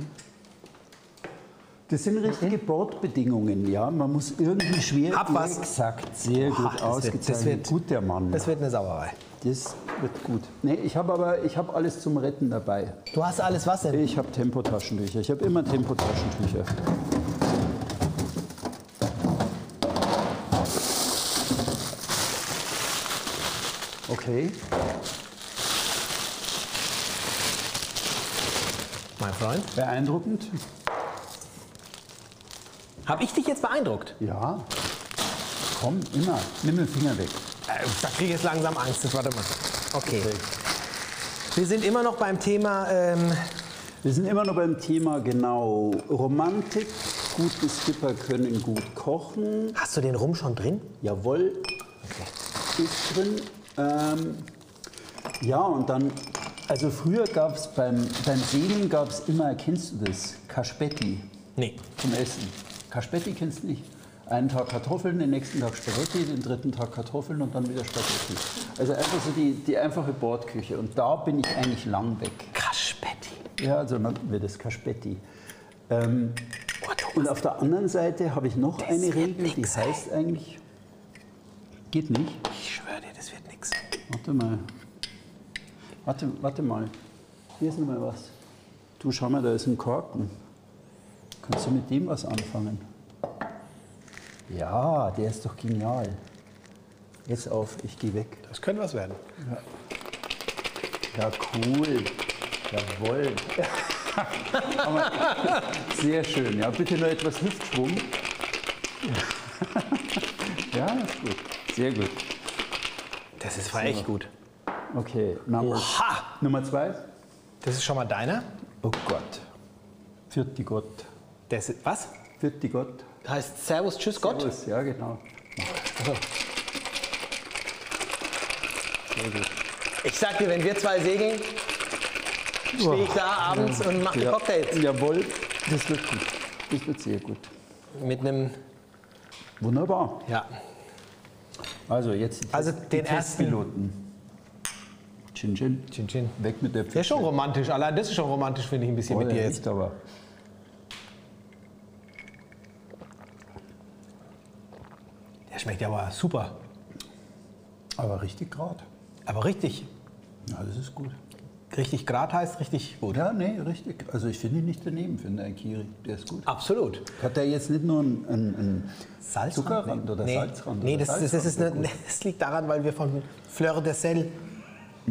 Das sind richtige
Mhm.
Bordbedingungen, ja. Man muss irgendwie schwer.
Hab was.
Exakt, sehr
Oha,
gut
das wird-
ausgezeichnet.
das wird-
gut, der Mann.
Das wird eine Sauerei.
Das wird gut. Nee, ich habe aber ich habe alles zum Retten dabei.
Du hast alles was denn?
Ich habe Tempotaschentücher. Ich habe immer Tempotaschentücher. Okay.
Mein Freund.
Beeindruckend.
Hab ich dich jetzt beeindruckt?
Ja. Komm, immer. Nimm den Finger weg.
Äh, Da kriege ich jetzt langsam Angst. Das- Warte mal. Okay. Wir sind immer noch beim Thema. Ähm,
Wir sind immer noch beim Thema genau Romantik. Gute Skipper können gut kochen.
hast du den Rum schon drin?
Jawohl,
Okay.
ist drin. Ähm, ja, und dann, also früher gab es beim, beim Segeln gab es immer, kennst du das? Kaspetti
Nee.
zum Essen. Kaspetti kennst du nicht? Einen Tag Kartoffeln, den nächsten Tag Spaghetti, den dritten Tag Kartoffeln und dann wieder Spaghetti. Also einfach so die, die einfache Bordküche. Und da bin ich eigentlich lang weg.
Kaspetti.
Ja, also nannten wir das Kaspetti. Ähm,
Oh, Thomas.
und auf der anderen Seite habe ich noch eine
wird
Regel, die
nix, ey.
heißt eigentlich, geht nicht.
Ich schwöre dir, das wird nichts.
Warte mal. Warte, warte mal. Hier ist noch mal was. Du, schau mal, da ist ein Korken. Kannst du mit dem was anfangen? Ja, der ist doch genial. Jetzt auf, ich gehe weg.
Das könnte was werden.
Ja, cool. Jawohl. Aber- Sehr schön. Ja, bitte noch etwas Hüftschwung. Ja, ist gut. Sehr gut.
Das ist war echt gut.
Okay, Nummer,
Oha!
Nummer zwei.
Das ist schon mal deiner.
Oh Gott. Vierte Gott.
Das ist, was?
Vierte Gott.
Heißt Servus, Tschüss, Gott.
Servus, ja, genau. Sehr gut.
Ich sag dir, wenn wir zwei segeln, stehe ich da abends und mache
Ja.
Cocktails.
Jawohl, das wird gut. Das wird sehr gut.
Mit einem,
Wunderbar.
ja.
Also jetzt die
Also
Test-
den
die
ersten-
Testpiloten. Chin Chin.
Chin Chin.
Weg mit der Pfiffe.
Der ist schon romantisch. Allein das ist schon romantisch, finde ich, ein bisschen
Oh,
mit dir
der
jetzt.
riecht aber.
Der schmeckt ja aber super.
Aber richtig grad.
Aber richtig.
Ja, das ist gut.
Richtig Grad heißt richtig gut.
Ja, nee, richtig. Also ich finde ihn nicht daneben für einen Aikiri. Der ist gut.
Absolut.
Hat der jetzt nicht nur einen, einen, einen Zuckerrand oder
nee.
Salzrand?
Nee,
oder
das, das, das, ist
Salzrand?
eine, das liegt daran, weil wir von Fleur de Sel.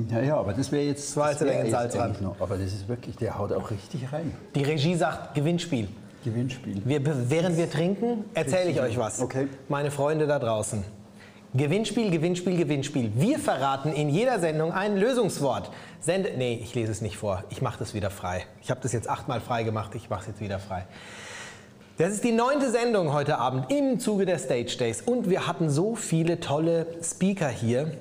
Ja, ja, aber das wäre jetzt.
war jetzt
wär
ein Salzrand.
eigentlich Noch, aber das ist wirklich, der haut auch richtig rein.
Die Regie sagt Gewinnspiel.
Gewinnspiel.
Wir, während wir trinken, erzähle ich euch was.
Okay.
Meine Freunde da draußen. Gewinnspiel, Gewinnspiel, Gewinnspiel. Wir verraten in jeder Sendung ein Lösungswort. Sende. Nee, ich lese es nicht vor. Ich mache das wieder frei. Ich habe das jetzt achtmal frei gemacht. Ich mache es jetzt wieder frei. Das ist die neunte Sendung heute Abend im Zuge der Stage Days. Und wir hatten so viele tolle Speaker hier.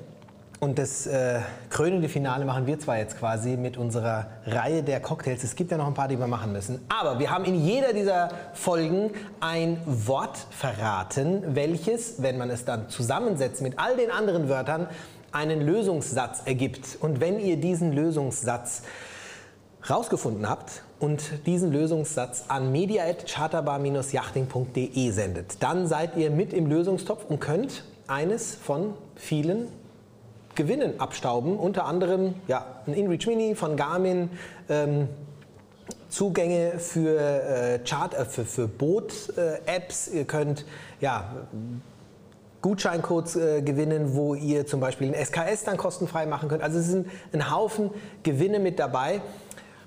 Und das äh, krönende Finale machen wir zwar jetzt quasi mit unserer Reihe der Cocktails. Es gibt ja noch ein paar, die wir machen müssen. Aber wir haben in jeder dieser Folgen ein Wort verraten, welches, wenn man es dann zusammensetzt mit all den anderen Wörtern, einen Lösungssatz ergibt. Und wenn ihr diesen Lösungssatz rausgefunden habt und diesen Lösungssatz an media.charterbar-yachting.de sendet, dann seid ihr mit im Lösungstopf und könnt eines von vielen Gewinnen abstauben. Unter anderem ja, ein InReach Mini von Garmin, ähm, Zugänge für, äh, Chart, äh, für, für Boot-Apps. ihr könnt ja, Gutscheincodes äh, gewinnen, wo ihr zum Beispiel ein SKS dann kostenfrei machen könnt. Also es sind ein Haufen Gewinne mit dabei.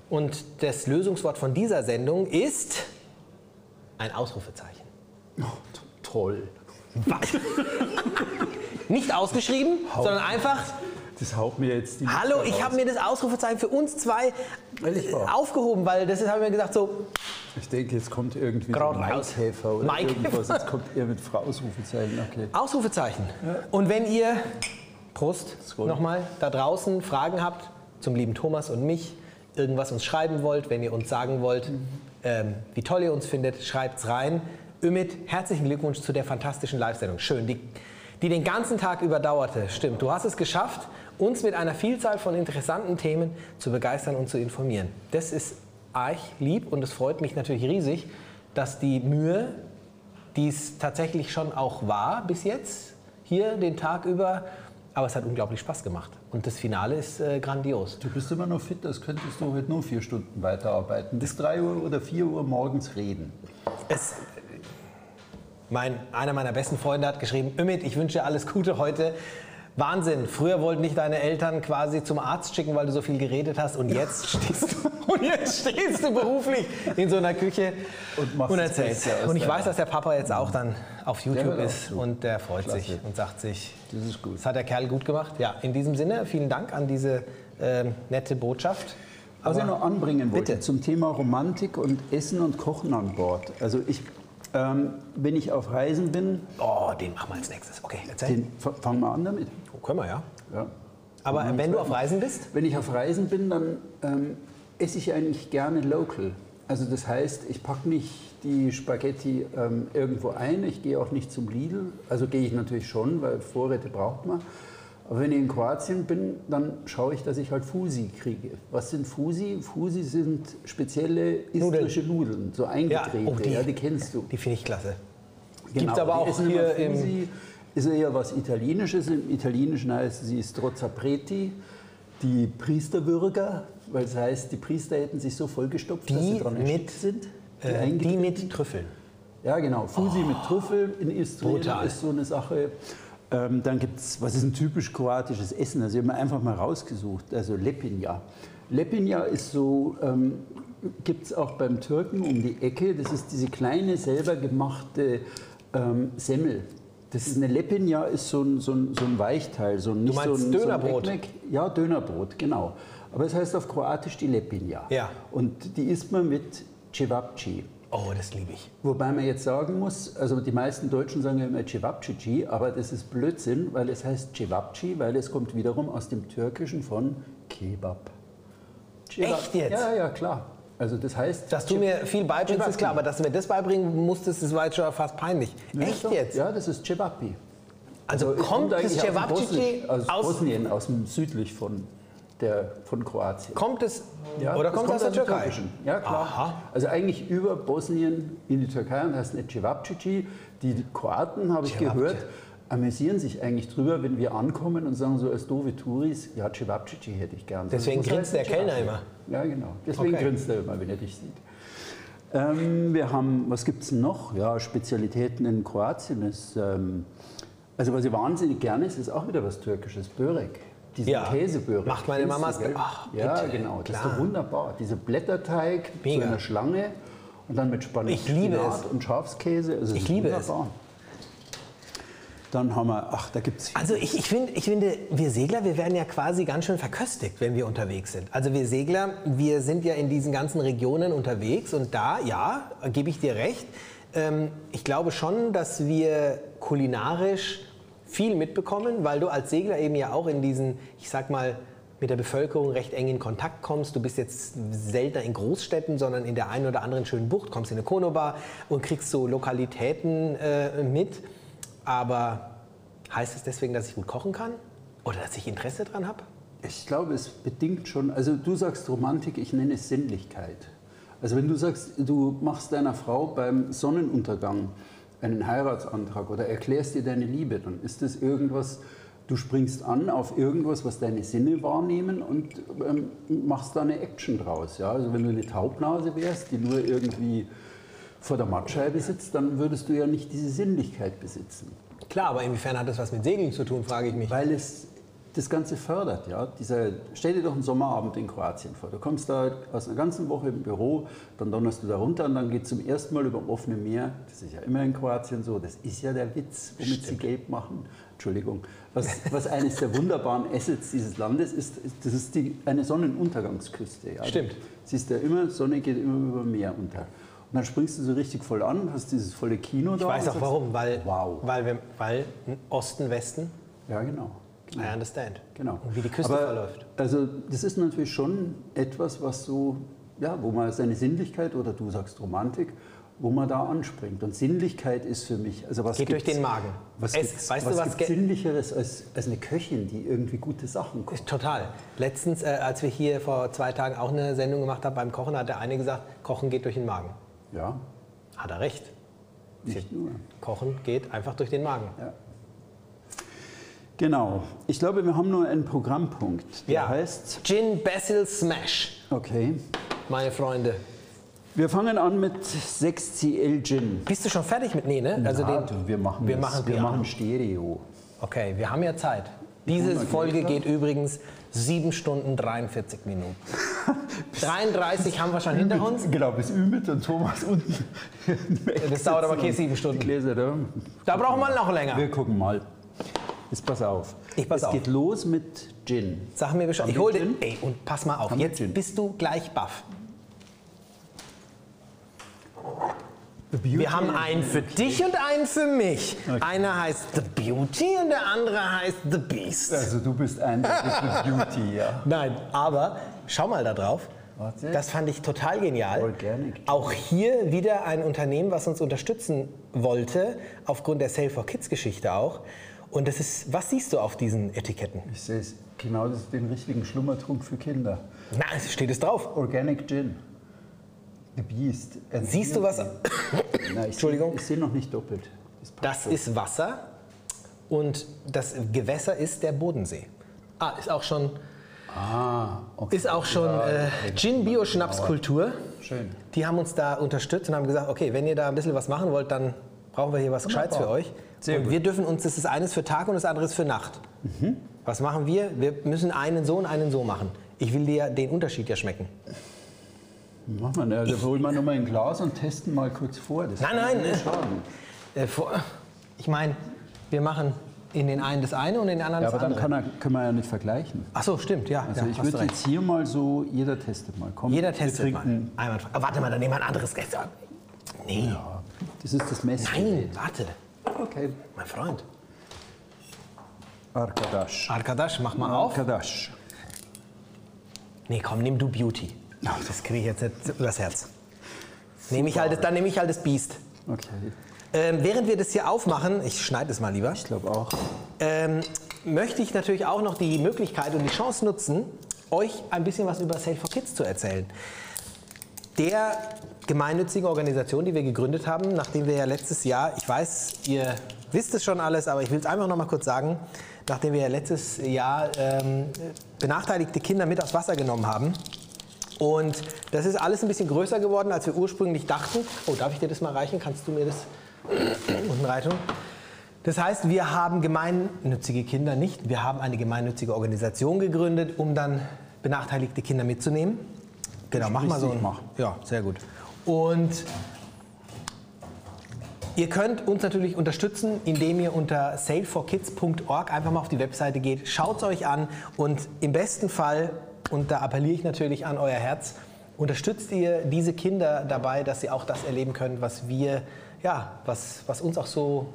Und das Lösungswort von dieser Sendung ist ein Ausrufezeichen.
Oh, T- Toll.
Nicht ausgeschrieben, sondern einfach
Das haut mir jetzt die.
Hallo,
Luft
ich
raus.
habe mir das Ausrufezeichen für uns zwei
Ehrlich wahr?
aufgehoben, weil das ist, habe ich mir gesagt, so,
Ich denke, jetzt kommt irgendwie so
Gerade
ein
raus.
Maikäfer oder
Maikäfer.
irgendwas. Jetzt kommt ihr mit Frau Ausrufezeichen. Okay.
Ausrufezeichen. Und wenn ihr, Prost,
Scroll.
nochmal, da draußen Fragen habt zum lieben Thomas und mich, irgendwas uns schreiben wollt, wenn ihr uns sagen wollt,
Mhm.
ähm, wie toll ihr uns findet, schreibt's rein. Ümit, herzlichen Glückwunsch zu der fantastischen Live-Sendung. Schön, die, die den ganzen Tag überdauerte. Stimmt, du hast es geschafft, uns mit einer Vielzahl von interessanten Themen zu begeistern und zu informieren. Das ist arg lieb und es freut mich natürlich riesig, dass die Mühe die es tatsächlich schon auch war bis jetzt, hier den Tag über. Aber es hat unglaublich Spaß gemacht. Und das Finale ist äh, grandios.
Du bist immer noch fit, das könntest du heute nur vier Stunden weiterarbeiten. Bis 3 Uhr oder 4 Uhr morgens reden.
Es, mein, einer meiner besten Freunde hat geschrieben, Ümit, ich wünsche dir alles Gute heute. Wahnsinn, früher wollten dich deine Eltern quasi zum Arzt schicken, weil du so viel geredet hast und jetzt stehst du, und jetzt stehst du beruflich in so einer Küche
Und machst
und
das
erzählst.
Beste aus
Und ich
deiner-
weiß, dass der Papa jetzt auch dann auf YouTube
wird auch
ist
zu.
und der freut
Klasse.
sich und sagt sich,
Das ist gut.
Das hat der Kerl gut gemacht. Ja, in diesem Sinne, vielen Dank an diese ähm, nette Botschaft.
Was ich noch anbringen wollte
Bitte.
zum Thema Romantik und Essen und Kochen an Bord. Also ich, ähm, wenn ich auf Reisen bin,
Oh, den machen wir als nächstes. Okay, erzähl.
den, f- fangen wir an damit.
Oh, können wir, ja.
Ja.
Aber
Fangen wir
wenn
an.
du auf Reisen bist,
Wenn ich auf Reisen bin, dann ähm, esse ich eigentlich gerne local. Also das heißt, ich packe nicht die Spaghetti ähm, irgendwo ein, ich gehe auch nicht zum Lidl. Also gehe ich natürlich schon, weil Vorräte braucht man. Aber wenn ich in Kroatien bin, dann schaue ich, dass ich halt Fusi kriege. Was sind Fusi? Fusi sind spezielle istrische Nudeln, so eingedrehte.
oh, die-
ja, die kennst du.
die finde ich klasse.
Genau,
Gibt's aber
die
auch
essen
hier im-
immer Fusi, Ist ja eher was Italienisches. Im Italienischen heißt sie Strozza Preti, die Priesterwürger, weil es heißt, die Priester hätten sich so vollgestopft, dass
Die
sie dran erstickt
mit,
sind. Die
Äh, die
einge-
mit Trüffeln.
ja, genau. Fusi mit Trüffel in Istrien
Oh. Brutal.
ist so eine Sache. Ähm, dann gibt es, was ist ein typisch kroatisches Essen? Also, ich habe mir einfach mal rausgesucht. Also, Lepinja. Lepinja ist so, ähm, gibt es auch beim Türken um die Ecke. Das ist diese kleine, selber gemachte ähm, Semmel. Das ist eine Lepinja, ist so ein, so ein, so ein Weichteil. So ein, nicht
meinst
so ein,
Dönerbrot?
So ein Ekmek. ja, Dönerbrot, genau. Aber es heißt auf Kroatisch die Lepinja.
Ja.
Und die isst man mit Cevapci.
Oh, das liebe ich.
Wobei man jetzt sagen muss, also die meisten Deutschen sagen ja immer Cevapcici, aber das ist Blödsinn, weil es heißt Cevapci, weil es kommt wiederum aus dem Türkischen von Kebab. Cevap-
Echt jetzt?
Ja, ja, klar. Also das heißt...
Dass du mir viel beibringst, ist klar, aber dass du mir das beibringen musstest, ist war jetzt schon fast peinlich.
Ja,
Echt
klar.
jetzt?
Ja, das ist Cevapi.
Also
es
kommt das
eigentlich aus dem
Cevapcici
Bosnien- aus,
aus-
Bosnien, aus dem südlich von, der, von Kroatien.
Kommt es
Ja,
oder
das
kommt es aus der
dem
Türkei?
Türkischen. Ja, klar.
Aha.
Also eigentlich über Bosnien in die Türkei und heißt nicht Cevapcici. Die Kroaten, habe ich
Cevapcici.
gehört, amüsieren sich eigentlich drüber, wenn wir ankommen und sagen so als doofe Touris, ja, Cevapcici hätte ich gern.
Deswegen
Das heißt
grinst der Kellner
Cevapcici.
immer.
Ja, genau. Deswegen
Okay.
grinst er immer, wenn er dich sieht. Ähm, wir haben, was gibt es noch? Ja, Spezialitäten in Kroatien ist, ähm, also was ich wahnsinnig gerne ist, ist auch wieder was Türkisches, Börek. Diese
Ja.
Käsebörek.
Macht meine
Kennst
Mama
du,
es-
gell?
Ach,
Ja,
bitte,
genau. Das ist
klar.
doch wunderbar. Dieser Blätterteig
Mega.
zu einer Schlange und dann mit Spanien
Ich liebe es.
und Schafskäse. Also es
Ich
ist
liebe es.
wunderbar. Dann haben wir, ach, da gibt es
Also ich, ich, find, ich finde, wir Segler, wir werden ja quasi ganz schön verköstigt, wenn wir unterwegs sind. Also wir Segler, wir sind ja in diesen ganzen Regionen unterwegs und da, ja, gebe ich dir recht, ähm, ich glaube schon, dass wir kulinarisch viel mitbekommen, weil du als Segler eben ja auch in diesen, ich sag mal, mit der Bevölkerung recht eng in Kontakt kommst. Du bist jetzt seltener in Großstädten, sondern in der einen oder anderen schönen Bucht, kommst in eine Konoba und kriegst so Lokalitäten äh, mit. Aber heißt es deswegen, dass ich gut kochen kann? Oder dass ich Interesse dran habe?
Ich glaube, es bedingt schon, also du sagst Romantik, ich nenne es Sinnlichkeit. Also wenn du sagst, du machst deiner Frau beim Sonnenuntergang einen Heiratsantrag oder erklärst ihr deine Liebe, dann ist das irgendwas, du springst an auf irgendwas, was deine Sinne wahrnehmen und ähm, machst da eine Action draus. Ja? Also wenn du eine Taubnase wärst, die nur irgendwie vor der Mattscheibe sitzt, dann würdest du ja nicht diese Sinnlichkeit besitzen.
Klar, aber inwiefern hat das was mit Segeln zu tun, frage ich mich.
Weil es das Ganze fördert, ja. Dieser, stell dir doch einen Sommerabend in Kroatien vor. Du kommst da aus einer ganzen Woche im Büro, dann donnerst du da runter und dann geht zum ersten Mal über dem offenen Meer. Das ist ja immer in Kroatien so. Das ist ja der Witz, womit sie Geld machen. Entschuldigung. Was, was eines der wunderbaren Assets dieses Landes ist, ist- das ist die, eine Sonnenuntergangsküste. Ja.
Stimmt.
Siehst du ja immer, Sonne geht immer über dem Meer unter. Und dann springst du so richtig voll an, hast dieses volle Kino da.
Ich weiß
und
auch
sagst,
warum, weil,
Wow.
weil, wir, weil hm, Osten, Westen,
Ja, genau.
I understand.
Genau.
Und wie die Küste
Aber,
verläuft.
Also das ist natürlich schon etwas, was so, ja, wo man seine Sinnlichkeit oder du sagst Romantik, wo man da anspringt. Und Sinnlichkeit ist für mich, also was
Geht durch
gibt's-
den Magen.
Was
Es-
gibt's,
weißt du,
was
was
gibt's
ge-
sinnlicheres als, als eine Köchin, die irgendwie gute Sachen kocht?
Total. Letztens, äh, als wir hier vor zwei Tagen auch eine Sendung gemacht haben beim Kochen, hat der eine gesagt, Kochen geht durch den Magen.
Ja,
Hat er recht.
nicht nur.
Kochen geht einfach durch den Magen.
Genau. Ich glaube, wir haben nur einen Programmpunkt. Der heißt,
Gin Basil Smash,
okay,
meine Freunde.
wir fangen an mit 6CL Gin.
Bist du schon fertig mit? Nee, ne?
Na, du, wir machen,
wir
das-
machen
wir
Piano.
machen Stereo.
Okay, wir haben ja Zeit. Diese
hol mal
Folge
Gläser.
geht übrigens 7 Stunden 43 Minuten. 33 haben wir schon hinter uns.
Genau, bis Ümit und Thomas unten.
Das dauert aber keine sieben Stunden.
Die Gläser, da.
Da brauchen wir noch länger.
Wir gucken mal. Jetzt pass auf.
Ich pass
es
auf.
geht los mit Gin.
Sag mir Bescheid.
Haben
Ich
wir
hol
Gin?
den. Ey, und pass mal auf.
Haben wir Gin?
Jetzt bist du gleich baff. Wir haben einen für dich und einen für mich. Einer heißt The Beauty und der andere heißt The Beast.
Also du bist ein Beauty, ja.
Nein, aber schau mal da drauf.
Warte.
Das fand ich total genial.
Organic.
Auch hier wieder ein Unternehmen, was uns unterstützen wollte, aufgrund der Sale for Kids Geschichte auch. Und das ist, was siehst du auf diesen Etiketten?
Ich sehe es. Genau, das ist den richtigen Schlummertrunk für Kinder.
Na, es steht es drauf.
Organic Gin. The Beast. And
Siehst du was?
Na, ich
Entschuldigung.
Seh, ich sehe noch nicht doppelt. Das passt
Das
schon.
ist Wasser und das Gewässer ist der Bodensee. Ah, ist auch schon,
Ah, okay.
ist auch schon äh, Gin Bio Schnapskultur.
Schön.
Die haben uns da unterstützt und haben gesagt, okay, wenn ihr da ein bisschen was machen wollt, dann brauchen wir hier was Gescheites für
Wunderbar.
euch.
Sehr
und
gut. Mhm.
wir dürfen uns, das ist eines für Tag und das andere ist für Nacht. Was machen wir? Wir müssen einen so und einen so machen. Ich will dir den Unterschied ja schmecken.
Machen wir, ne? Also holen wir nochmal ein Glas und testen mal kurz vor. Das
Nein,
kann
nein.
ja nicht Schaden.
Äh, vor- ich meine, wir machen in den einen das eine und in den anderen
Ja, aber
das
dann
andere.
kann er, können wir ja nicht vergleichen.
Ach so, stimmt, ja.
Also
ja
ich
hast du
würde
recht.
jetzt hier mal so, jeder testet mal. Komm,
Jeder
wir
testet mal.
trinken.
Einmal. Ah, warte mal, dann nehmen wir ein anderes Gäste. Nee,
Ja, das ist das Messer.
nein, warte.
Okay.
Mein Freund.
Arkadasch.
Arkadasch, mach mal auf.
Arkadasch.
Nee, komm, nimm du Beauty.
Ja.
Das kriege ich jetzt nicht übers Herz. Nehm ich halt, das- dann nehme ich halt das Biest.
Okay,
Ähm, während wir das hier aufmachen, ich schneide es mal lieber,
ich glaube auch.
ähm, möchte ich natürlich auch noch die Möglichkeit und die Chance nutzen, euch ein bisschen was über Sale for Kids zu erzählen. Der gemeinnützigen Organisation, die wir gegründet haben, nachdem wir ja letztes Jahr, ich weiß, ihr wisst es schon alles, aber ich will es einfach noch mal kurz sagen. Nachdem wir letztes Jahr ähm, benachteiligte Kinder mit aufs Wasser genommen haben, und das ist alles ein bisschen größer geworden, als wir ursprünglich dachten. Oh, darf ich dir das mal reichen? Kannst du mir das unten reichen? Das heißt, wir haben gemeinnützige Kinder nicht. Wir haben eine gemeinnützige Organisation gegründet, um dann benachteiligte Kinder mitzunehmen. Genau, mach mal so.
nicht
ein-
machen.
Ja, sehr gut. Und Ihr könnt uns natürlich unterstützen, indem ihr unter saleforkids.org einfach mal auf die Webseite geht, schaut es euch an und im besten Fall, und da appelliere ich natürlich an euer Herz, unterstützt ihr diese Kinder dabei, dass sie auch das erleben können, was wir, ja, was, was uns auch so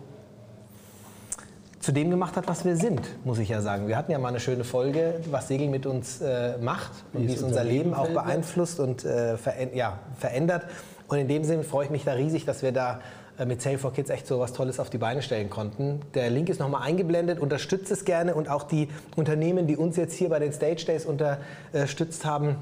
zu dem gemacht hat, was wir sind, muss ich ja sagen. Wir hatten ja mal eine schöne Folge, was Segeln mit uns äh, macht und wie es unser Leben ne? auch beeinflusst und äh, veränd ja, verändert. Und in dem Sinne freue ich mich da riesig, dass wir da äh, mit Sale for Kids echt so was Tolles auf die Beine stellen konnten. Der Link ist nochmal eingeblendet, unterstützt es gerne und auch die Unternehmen, die uns jetzt hier bei den Stage Days unterstützt haben,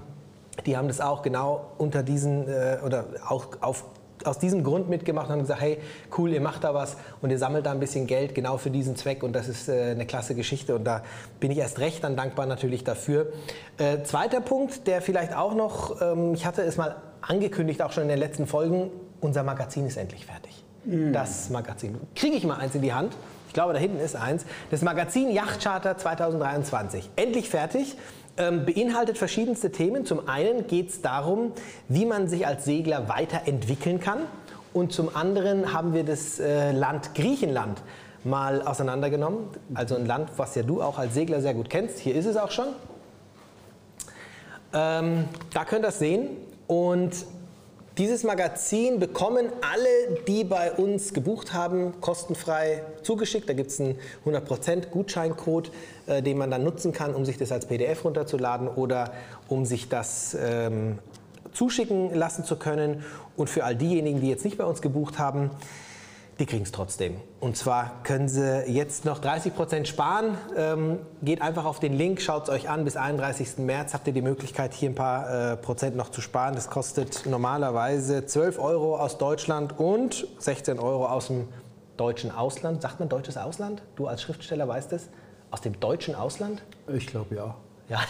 die haben das auch genau unter diesen äh, oder auch auf, aus diesem Grund mitgemacht und haben gesagt, hey, cool, ihr macht da was und ihr sammelt da ein bisschen Geld genau für diesen Zweck und das ist äh, eine klasse Geschichte und da bin ich erst recht dann dankbar natürlich dafür. Äh, zweiter Punkt, der vielleicht auch noch, ähm, ich hatte es mal angekündigt, auch schon in den letzten Folgen, unser Magazin ist endlich fertig. Das Magazin. Kriege ich mal eins in die Hand? Ich glaube, da hinten ist eins. Das Magazin Yachtcharter 2023. Endlich fertig. Ähm, beinhaltet verschiedenste Themen. Zum einen geht es darum, wie man sich als Segler weiterentwickeln kann. Und zum anderen haben wir das äh, Land Griechenland mal auseinandergenommen. Also ein Land, was ja du auch als Segler sehr gut kennst. Hier ist es auch schon. Ähm, da könnt ihr es sehen. Und dieses Magazin bekommen alle, die bei uns gebucht haben, kostenfrei zugeschickt. Da gibt es einen 100% Gutscheincode, äh, den man dann nutzen kann, um sich das als PDF runterzuladen oder um sich das ähm, zuschicken lassen zu können. Und für all diejenigen, die jetzt nicht bei uns gebucht haben, die kriegen es trotzdem. Und zwar können sie jetzt noch 30% sparen. Ähm, geht einfach auf den Link, schaut es euch an. Bis 31. März habt ihr die Möglichkeit, hier ein paar äh, Prozent noch zu sparen. Das kostet normalerweise 12 Euro aus Deutschland und 16 Euro aus dem deutschen Ausland. Sagt man deutsches Ausland? Du als Schriftsteller weißt es. Aus dem deutschen Ausland?
Ich glaube ja.
Ja.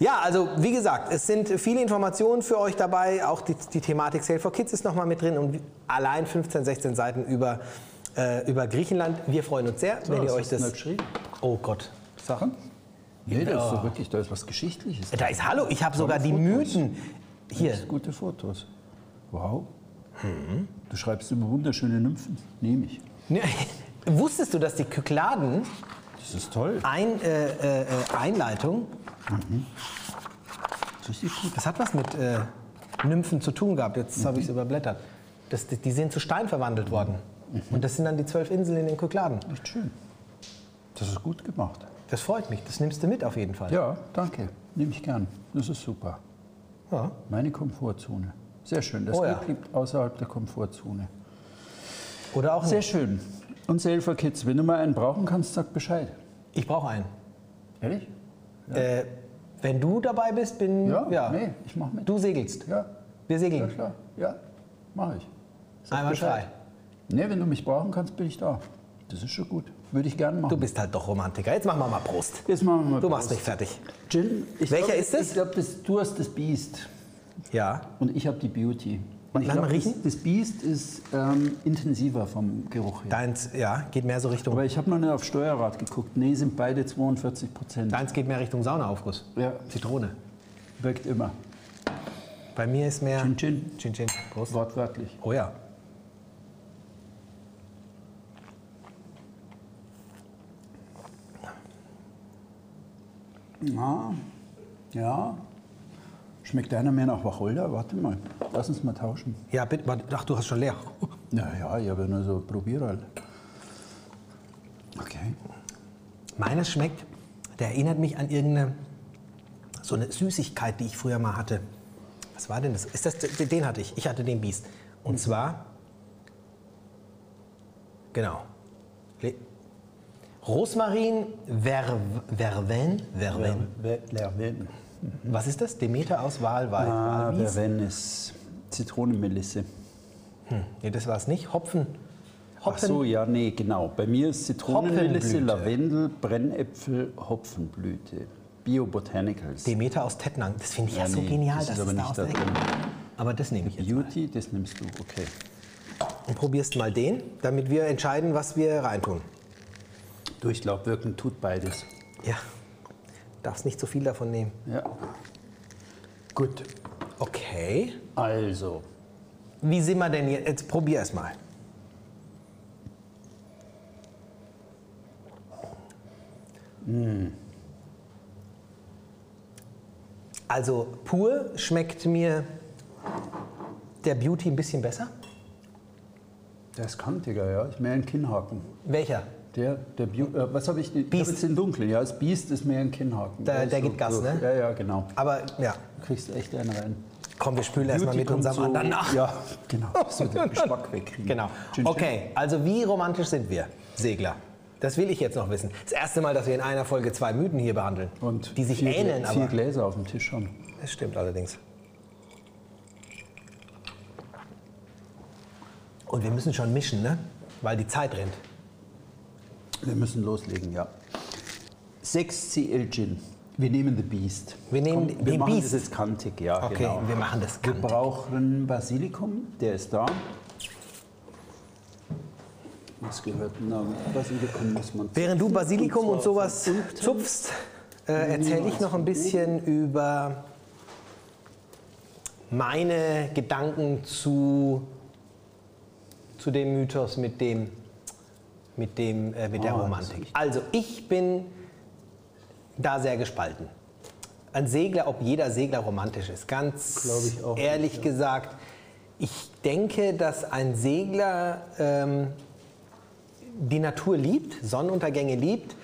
Ja, also wie gesagt, es sind viele Informationen für euch dabei. Auch die, die Thematik Sale for Kids ist nochmal mit drin und allein 15, 16 Seiten über, äh, über Griechenland. Wir freuen uns sehr, wenn ihr euch das.
geschrieben?
Oh Gott.
Sachen? Nee, da ist so wirklich, da ist was Geschichtliches.
Da ist Hallo, ich habe sogar die
Fotos.
Mythen. Hier. Mhm.
Das sind gute Fotos. Wow. Du schreibst über wunderschöne Nymphen. Nehme ich.
Ne, Wusstest du, dass die Kykladen
Das ist toll.
ein, äh, äh, äh, Einleitung,
Das ist richtig gut.
das hat was mit äh, Nymphen zu tun gehabt. Jetzt habe ich es überblättert. Das, die, die sind zu Stein verwandelt worden. Und das sind dann die zwölf Inseln in den Kykladen.
Echt schön. Das ist gut gemacht.
Das freut mich. Das nimmst du mit auf jeden Fall.
Ja, danke. Nehme ich gern. Das ist super.
Ja.
Meine Komfortzone. Sehr schön. Das
Oh ja.
Glück liegt außerhalb der Komfortzone.
Oder auch
Sehr
nicht.
schön. Und Silver Kids, wenn du mal einen brauchen kannst, sag Bescheid.
Ich brauche einen.
Ehrlich?
Äh, wenn du dabei bist, bin
Ja, nee, ich mach mit.
Du segelst.
Ja,
Wir
ja
segeln.
klar. Ja, mache ich.
Einmal frei.
Bescheid. Nee, wenn du mich brauchen kannst, bin ich da. Das ist schon gut. Würde ich gerne machen.
Du bist halt doch Romantiker. Jetzt machen wir mal Prost.
Jetzt machen wir mal
Du machst mich
Prost.
fertig.
Gin. Ich
Welcher
glaub,
ist das?
Ich glaube, das, du hast das Beast
Ja.
und ich habe die Beauty. Und ich
Lass mal
glaub,
riechen.
Das, das Beast ist ähm, intensiver vom Geruch her.
Deins, ja, geht mehr so Richtung.
Aber ich habe noch nicht auf Steuerrad geguckt. Nee, sind beide 42 Prozent.
Deins geht mehr Richtung Saunaaufguss.
Ja.
Zitrone.
Wirkt immer.
Bei mir ist mehr.
Chin Chin.
Chin Chin. Prost.
Wortwörtlich.
Oh ja.
Ja, ja. Schmeckt einer mehr nach Wacholder? Warte mal. Lass uns mal tauschen.
Ja, bitte. warte, Ach, du hast schon leer.
Naja, ich habe ja nur so Probiererl. Okay.
Meines schmeckt, der erinnert mich an irgendeine so eine Süßigkeit, die ich früher mal hatte. Was war denn das? Ist das den hatte ich. Ich hatte den Biest. Und zwar genau. Le- Rosmarin, Ver, Verven, Verven.
Verven.
Was ist das? Demeter aus Walwein.
Ah,
Walwies?
Verven ist Zitronenmelisse.
nee, das war es nicht. Hopfen.
Ach so, ja, nee, genau. Bei mir ist Zitronenmelisse,
Hopfenblüte.
Lavendel, Brennäpfel, Hopfenblüte. Biobotanicals.
Demeter aus Tettnang. Das finde ich ja,
Ja,
so
nee,
genial, dass
das ist aber
es da
nicht
aus
da
der Ecke
drin.
Aber das nehme ich jetzt.
Beauty, das nimmst du, okay.
Und probierst mal den, damit wir entscheiden, was wir reintun.
Durchlaub wirken tut beides.
Ja. Darfst nicht zu viel davon nehmen.
Ja. Gut.
Okay.
Also,
Wie sind wir denn jetzt? Jetzt probier es mal.
Hm.
Also pur schmeckt mir der Beauty ein bisschen besser.
der ist kantiger, ja. Ist mehr ein Kinnhaken.
Welcher?
Der, der Beau- äh, was habe ich? Beast. Ich
Beast.
hab jetzt den dunklen, ja. Das Beast ist mehr ein Kinnhaken.
Da-
ist
der gibt Gas, ne?
Ja, ja, genau.
Aber ja,
Du kriegst echt einen rein.
komm, wir spülen erstmal
Beauty
mit
kommt
unserem anderen nach.
Ja, genau. So den Geschmack wegkriegen.
Genau.
Gin Gin.
Okay, also wie romantisch sind wir, Segler? Das will ich jetzt noch wissen. Das erste Mal, dass wir in einer Folge zwei Mythen hier behandeln,
Und
die sich
vier, Glä-
ähneln,
Vier
aber
Gläser auf dem Tisch haben.
das stimmt allerdings. Und wir müssen schon mischen, ne? Weil die Zeit rennt.
Wir müssen loslegen, ja. 6cl Gin. Wir nehmen The Beast.
Wir nehmen
wir
den
machen
Beast.
Das jetzt kantig, ja.
Okay,
genau.
wir machen das
Wir
kantig.
brauchen Basilikum, der ist da. Was gehört denn da? Mit Basilikum muss man.
Während du
zupfen,
Basilikum
zwar
und sowas
von unten.
zupfst, äh, erzähle ich noch ein bisschen über meine Gedanken zu, zu dem Mythos mit dem mit dem äh, mit der
Ah, das
Romantik. Also ich bin da sehr gespalten. Ein Segler, ob jeder Segler romantisch ist, ganz
Glaub ich auch
ehrlich gesagt. Ich denke, dass ein Segler ähm, die Natur liebt, Sonnenuntergänge liebt,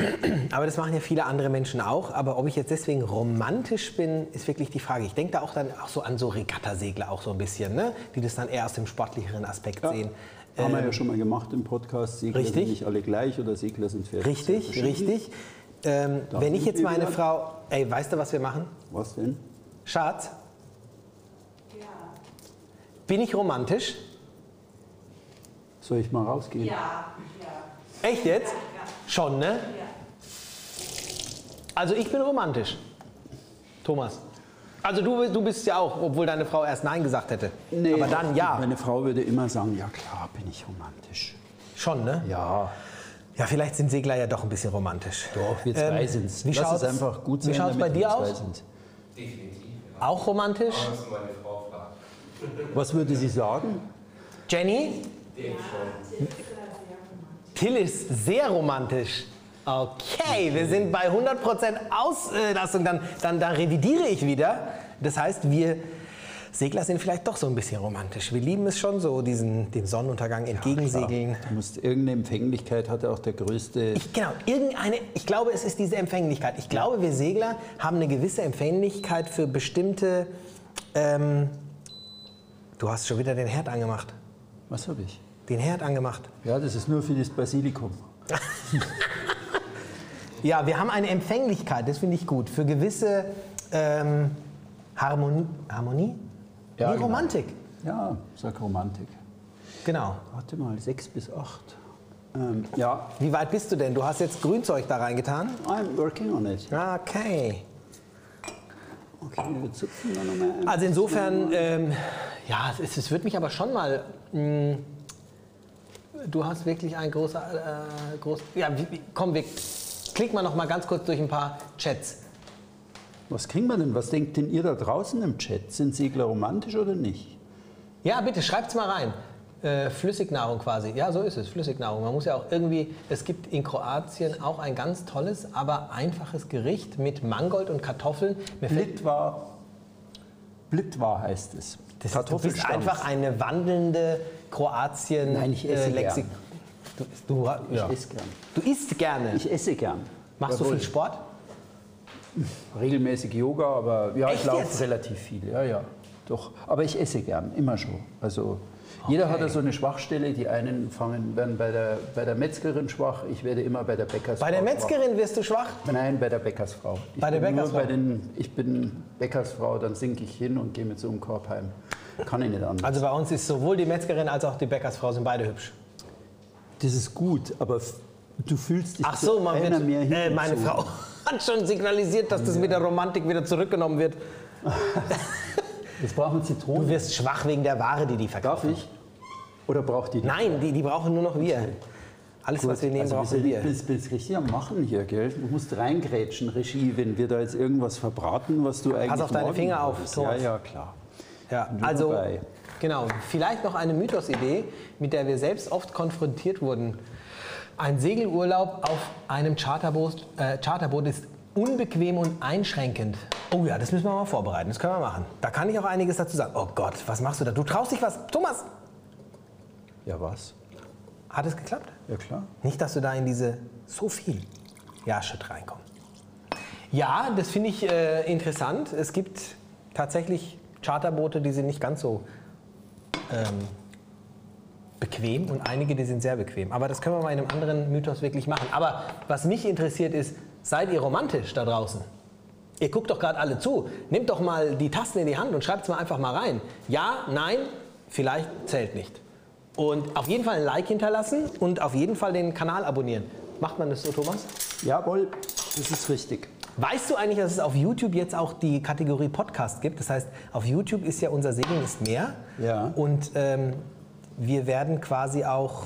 aber das machen ja viele andere Menschen auch. Aber ob ich jetzt deswegen romantisch bin, ist wirklich die Frage. Ich denke da auch dann auch so an so Regattasegler auch so ein bisschen, ne? die das dann eher aus dem sportlicheren Aspekt
Ja.
sehen.
Haben wir ja schon mal gemacht im Podcast. Segler
Äh, richtig.
sind nicht alle gleich oder Segler sind fertig.
Richtig, richtig. Ähm,
Da
wenn ich
sind
jetzt
wir
meine
wieder.
Frau, ey, weißt du, was wir machen?
Was denn?
Schatz? Bin ich romantisch?
Soll ich mal rausgehen?
Echt jetzt? Schon, ne? Also ich bin romantisch. Thomas. Also du, du bist ja auch, obwohl deine Frau erst Nein gesagt hätte. Aber dann ja.
Meine Frau würde immer sagen, ja klar, bin ich romantisch.
Schon, ne?
Ja,
Ja, vielleicht sind Segler ja doch ein bisschen romantisch.
doch, wir zwei sind's.
Ähm, wie
Lass es
schaut's-
einfach gut
wie
sein,
schaut's
damit
bei dir
wir zwei
aus?
Sind.
Definitiv. Ja.
Auch romantisch?
Da müssen meine Frau fragen.
Was würde sie sagen?
Jenny?
Dem schon.
Till ist sehr romantisch. Okay, wir sind bei 100% Auslastung. Dann, dann, dann revidiere ich wieder. Das heißt, wir Segler sind vielleicht doch so ein bisschen romantisch. Wir lieben es schon so, diesen, dem Sonnenuntergang entgegensegeln.
Du musst irgendeine Empfänglichkeit hat auch der größte.
Ich, genau, irgendeine, ich glaube, es ist diese Empfänglichkeit. Ich glaube, wir Segler haben eine gewisse Empfänglichkeit für bestimmte. Ähm, du hast schon wieder den Herd angemacht.
Was habe ich?
Den Herd angemacht.
Ja, das ist nur für das Basilikum.
Ja, wir haben eine Empfänglichkeit, das finde ich gut, für gewisse ähm, Harmonie. Harmonie?
Ja,
Nee,
genau.
Romantik.
Ja, sag Romantik.
Genau.
Warte mal, sechs bis acht. Ähm, ja,
Wie weit bist du denn? Du hast jetzt Grünzeug da reingetan.
I'm working on it.
Okay.
Okay, wir zupfen da nochmal ein.
Also insofern, ähm, ja, es, es würde mich aber schon mal. mh, du hast wirklich ein großer. Äh, groß, ja, wie, wie- komm, wir klick mal noch mal ganz kurz durch ein paar Chats.
Was kriegen wir denn? Was denkt denn ihr da draußen im Chat? Sind Segler romantisch oder nicht?
Ja, bitte, schreibt's mal rein. Äh, Flüssignahrung quasi. Ja, so ist es. Flüssignahrung. Man muss ja auch irgendwie. Es gibt in Kroatien auch ein ganz tolles, aber einfaches Gericht mit Mangold und Kartoffeln. Mir fällt,
Blitwa. Blitwa heißt es.
das ist, du bist einfach eine wandelnde Kroatien. äh,
Nein, ich esse
Lexik-
gern.
Du, du, ja.
Ich esse gern.
du isst gerne.
Ich esse gern.
Machst du
Jawohl.
viel Sport?
Regelmäßig Yoga, aber ja,
Echt
ich laufe
jetzt?
relativ viel. Ja, ja. Doch. Aber ich esse gern, immer schon. Also jeder
Okay.
hat da so eine Schwachstelle. Die einen fangen, werden bei der, bei der Metzgerin schwach. Ich werde immer bei der Bäckersfrau.
Bei der
schwach.
Metzgerin wirst du schwach.
Nein, bei der Bäckersfrau. Ich
Bei der
bin nur
Bäckersfrau?
Bei den, ich bin Bäckersfrau, dann sinke ich hin und gehe mit so einem Korb heim. Kann ich nicht anders.
Also bei uns ist sowohl die Metzgerin als auch die Bäckersfrau sind beide hübsch.
Das ist gut, aber f- du fühlst dich
Ach so,
zu
man
einer
wird,
mehr
äh, meine Frau
hingezogen.
hat schon signalisiert, dass das mit der Romantik wieder zurückgenommen wird.
Jetzt brauchen wir
Du
Zitronen.
wirst schwach wegen der Ware, die die verkaufen.
Darf ich? Oder braucht die?
Nein, die, die brauchen nur noch wir. Alles, was wir nehmen,
also
brauchen
wir.
wir.
Bist, bist richtig am Machen hier, gell? Du musst reingrätschen, Regie, wenn wir da jetzt irgendwas verbraten, was du eigentlich
auf deine
morgen
Finger auf,
wolltest. Ja,
Thomas.
ja, klar.
Ja,
Nur
also,
dabei.
genau. Vielleicht noch eine Mythosidee, mit der wir selbst oft konfrontiert wurden. Ein Segelurlaub auf einem Charterboot, äh, Charterboot ist unbequem und einschränkend. Oh ja, das müssen wir mal vorbereiten. Das können wir machen. Da kann ich auch einiges dazu sagen. Oh Gott, was machst du da? Du traust dich was. Thomas,
Ja, was?
hat es geklappt?
Ja, klar.
Nicht, dass du da in diese so viel Ja-Shit reinkommst. Ja, das finde ich äh, interessant. Es gibt tatsächlich Charterboote, die sind nicht ganz so ähm, bequem und einige, die sind sehr bequem. Aber das können wir mal in einem anderen Mythos wirklich machen. Aber was mich interessiert ist, seid ihr romantisch da draußen? Ihr guckt doch gerade alle zu. Nehmt doch mal die Tasten in die Hand und schreibt es mal einfach mal rein. Ja, nein, vielleicht zählt nicht. Und auf jeden Fall ein Like hinterlassen und auf jeden Fall den Kanal abonnieren. Macht man das so, Thomas?
Jawohl, das ist richtig.
Weißt du eigentlich, dass es auf YouTube jetzt auch die Kategorie Podcast gibt? Das heißt, auf YouTube ist ja unser Segen ist mehr.
Ja.
Und ähm, wir werden quasi auch.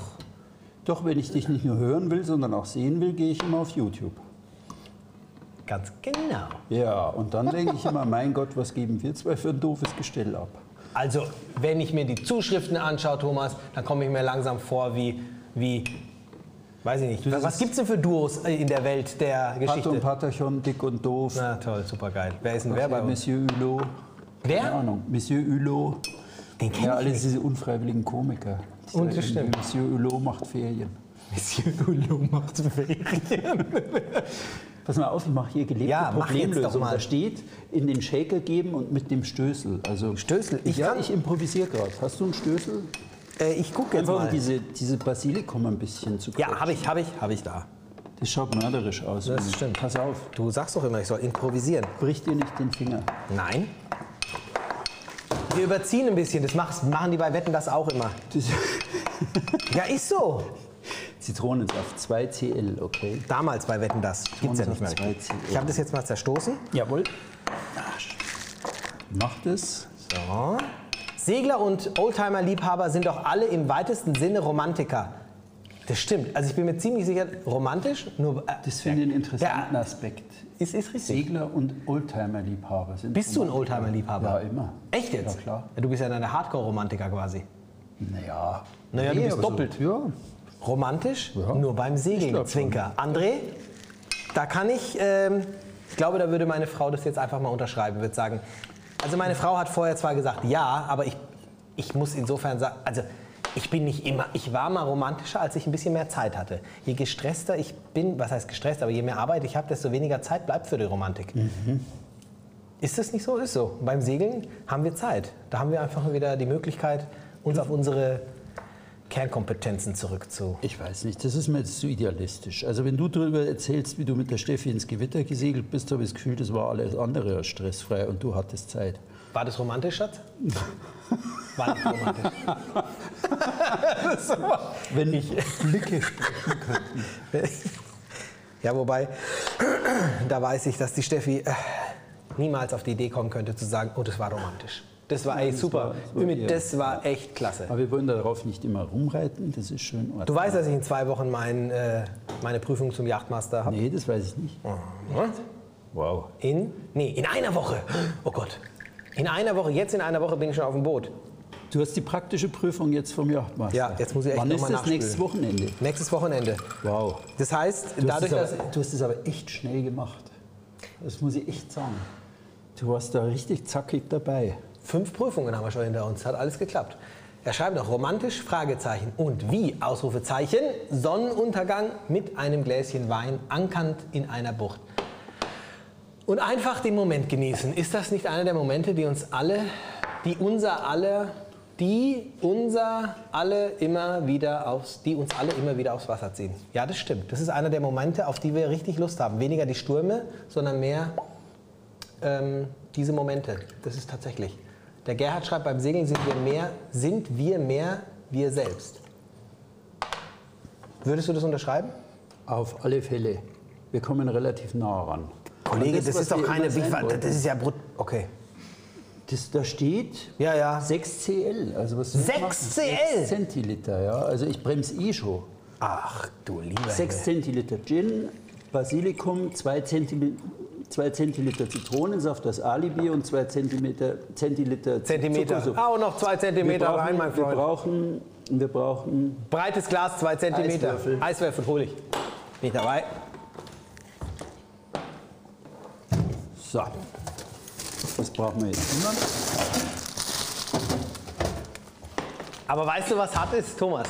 Doch, wenn ich dich nicht nur hören will, sondern auch sehen will, gehe ich immer auf YouTube.
Ganz genau.
Ja, und dann denke ich immer, mein Gott, was geben wir zwei für ein doofes Gestell ab?
Also, wenn ich mir die Zuschriften anschaue, Thomas, dann komme ich mir langsam vor wie. wie weiß ich nicht.
Das
Was
ist-
gibt es denn für Duos äh, in der Welt der
Patte und
Geschichte?
Patachon, dick und doof.
Na toll, super geil. Wer ist denn wer bei uns?
Monsieur Hulot. Keine
Wer?
Ahnung, Monsieur Hulot.
Den kenn
Ja,
ich
alle
nicht.
diese unfreiwilligen Komiker. Die
Und das
da irgendwie
stimmt.
Monsieur Hulot macht Ferien.
Monsieur Hulot macht Ferien.
Pass mal auf, ich mache hier gelebte
Ja, mach jetzt doch
Problemlösung.
mal.
Da steht, in den Shaker geben und mit dem Stößel. Also
Stößel?
Ich,
Ich
ja,
kann-
ich improvisiere gerade. Hast du einen Stößel?
äh, ich gucke jetzt
Einfach um
mal.
diese, diese Basilikum ein bisschen zu
Ja,
quetschen.
habe ich, habe ich, habe ich da.
Das schaut mörderisch aus.
Das
Uli.
stimmt.
Pass auf,
Du sagst doch immer, ich soll improvisieren.
brich dir nicht den Finger.
Nein. Wir überziehen ein bisschen, das machst- machen die bei Wetten das auch immer.
Das
Ja, ist so.
Zitronensaft, 2cl, okay?
Damals bei Wetten das. Gibt's ja nicht mehr.
Zwei Ziegen.
Ich habe das jetzt mal zerstoßen.
Jawohl. Macht es.
So. Segler und Oldtimer-Liebhaber sind doch alle im weitesten Sinne Romantiker. Das stimmt. Also ich bin mir ziemlich sicher, romantisch, nur. äh,
Das finde ich einen interessanten Aspekt.
Ist, ist richtig.
Segler und Oldtimer-Liebhaber sind.
Bist du ein
Romantiker.
Oldtimer-Liebhaber?
Ja, immer.
Echt jetzt?
Ja, klar.
Du bist ja dann der Hardcore-Romantiker quasi.
Naja.
Naja, du bist
aber so-
doppelt.
Ja.
Romantisch?
Ja.
Nur beim
Ich
Segeln,
glaub schon.
Zwinker. André, da kann ich, ähm, ich glaube, da würde meine Frau das jetzt einfach mal unterschreiben, würde sagen, also meine Frau hat vorher zwar gesagt, ja, aber ich, ich muss insofern sagen, also ich bin nicht immer, ich war mal romantischer, als ich ein bisschen mehr Zeit hatte. Je gestresster ich bin, was heißt gestresst, aber je mehr Arbeit ich habe, desto weniger Zeit bleibt für die Romantik.
Mhm.
Ist das nicht so? Ist so. Beim Segeln haben wir Zeit. Da haben wir einfach wieder die Möglichkeit, uns auf unsere Kernkompetenzen zurückzu...
Ich weiß nicht, das ist mir jetzt zu idealistisch. Also wenn du darüber erzählst, wie du mit der Steffi ins Gewitter gesegelt bist, habe ich das Gefühl, das war alles andere als stressfrei und du hattest Zeit.
War das romantisch, Schatz? War nicht romantisch. so.
Wenn ich Blicke sprechen könnten.
Ja, wobei, da weiß ich, dass die Steffi äh, niemals auf die Idee kommen könnte, zu sagen, oh, das war romantisch. Das war echt super.
war- das war
Ümit,
eher-
das war echt klasse.
Aber wir wollen darauf nicht immer rumreiten, das ist schön. ordentlich.
Du weißt, dass ich in zwei Wochen mein, äh, meine Prüfung zum Yachtmaster habe?
Nee, das weiß ich nicht. Wow.
In? Nee, in einer Woche. Oh Gott. In einer Woche, jetzt in einer Woche bin ich schon auf dem Boot.
Du hast die praktische Prüfung jetzt vom Yachtmaster.
Ja, jetzt muss ich echt
Wann
noch
ist
mal
das nächstes Wochenende?
Nächstes Wochenende.
Wow.
Das heißt,
Du,
dadurch,
hast
dass.
es aber, du hast es aber echt schnell gemacht. Das muss ich echt sagen. Du warst da richtig zackig dabei.
Fünf Prüfungen haben wir schon hinter uns, hat alles geklappt. Er schreibt noch romantisch, Fragezeichen und wie, Ausrufezeichen, Sonnenuntergang mit einem Gläschen Wein, ankernd in einer Bucht. Und einfach den Moment genießen. Ist das nicht einer der Momente, die uns alle, die unser alle, die unser alle immer wieder aufs, die uns alle immer wieder aufs Wasser ziehen? Ja, das stimmt. Das ist einer der Momente, auf die wir richtig Lust haben. Weniger die Stürme, sondern mehr ähm, diese Momente. Das ist tatsächlich. Der Gerhard schreibt, beim Segeln sind wir mehr, sind wir mehr wir selbst. Würdest du das unterschreiben?
Auf alle Fälle. Wir kommen relativ nah ran.
Kollege,
Und
das,
was
ist doch
wir
keine.
immer sein
Wie,
wollten,
das ist ja brut. Okay.
das, da steht
Ja, ja.
6cl. Also was soll ich
6
machen?
CL?
6 Zentiliter, ja. Also ich bremse eh schon.
Ach du lieber.
6
Himmel.
Zentiliter Gin, Basilikum, 2 Zentiliter. 2 Zentiliter Zitronensaft, das Alibi und 2 Zentimeter, Zentiliter
Zentimeter.
Zuckersuppe.
Ah, und noch zwei
wir
Zentimeter
brauchen,
rein, mein
Wir
Freund.
brauchen, wir brauchen
Breites Glas, zwei Zentimeter.
Eiswürfel.
Eiswürfel hol ich. Bin ich dabei.
So, das brauchen wir jetzt immer.
Aber weißt du, was hart ist, Thomas?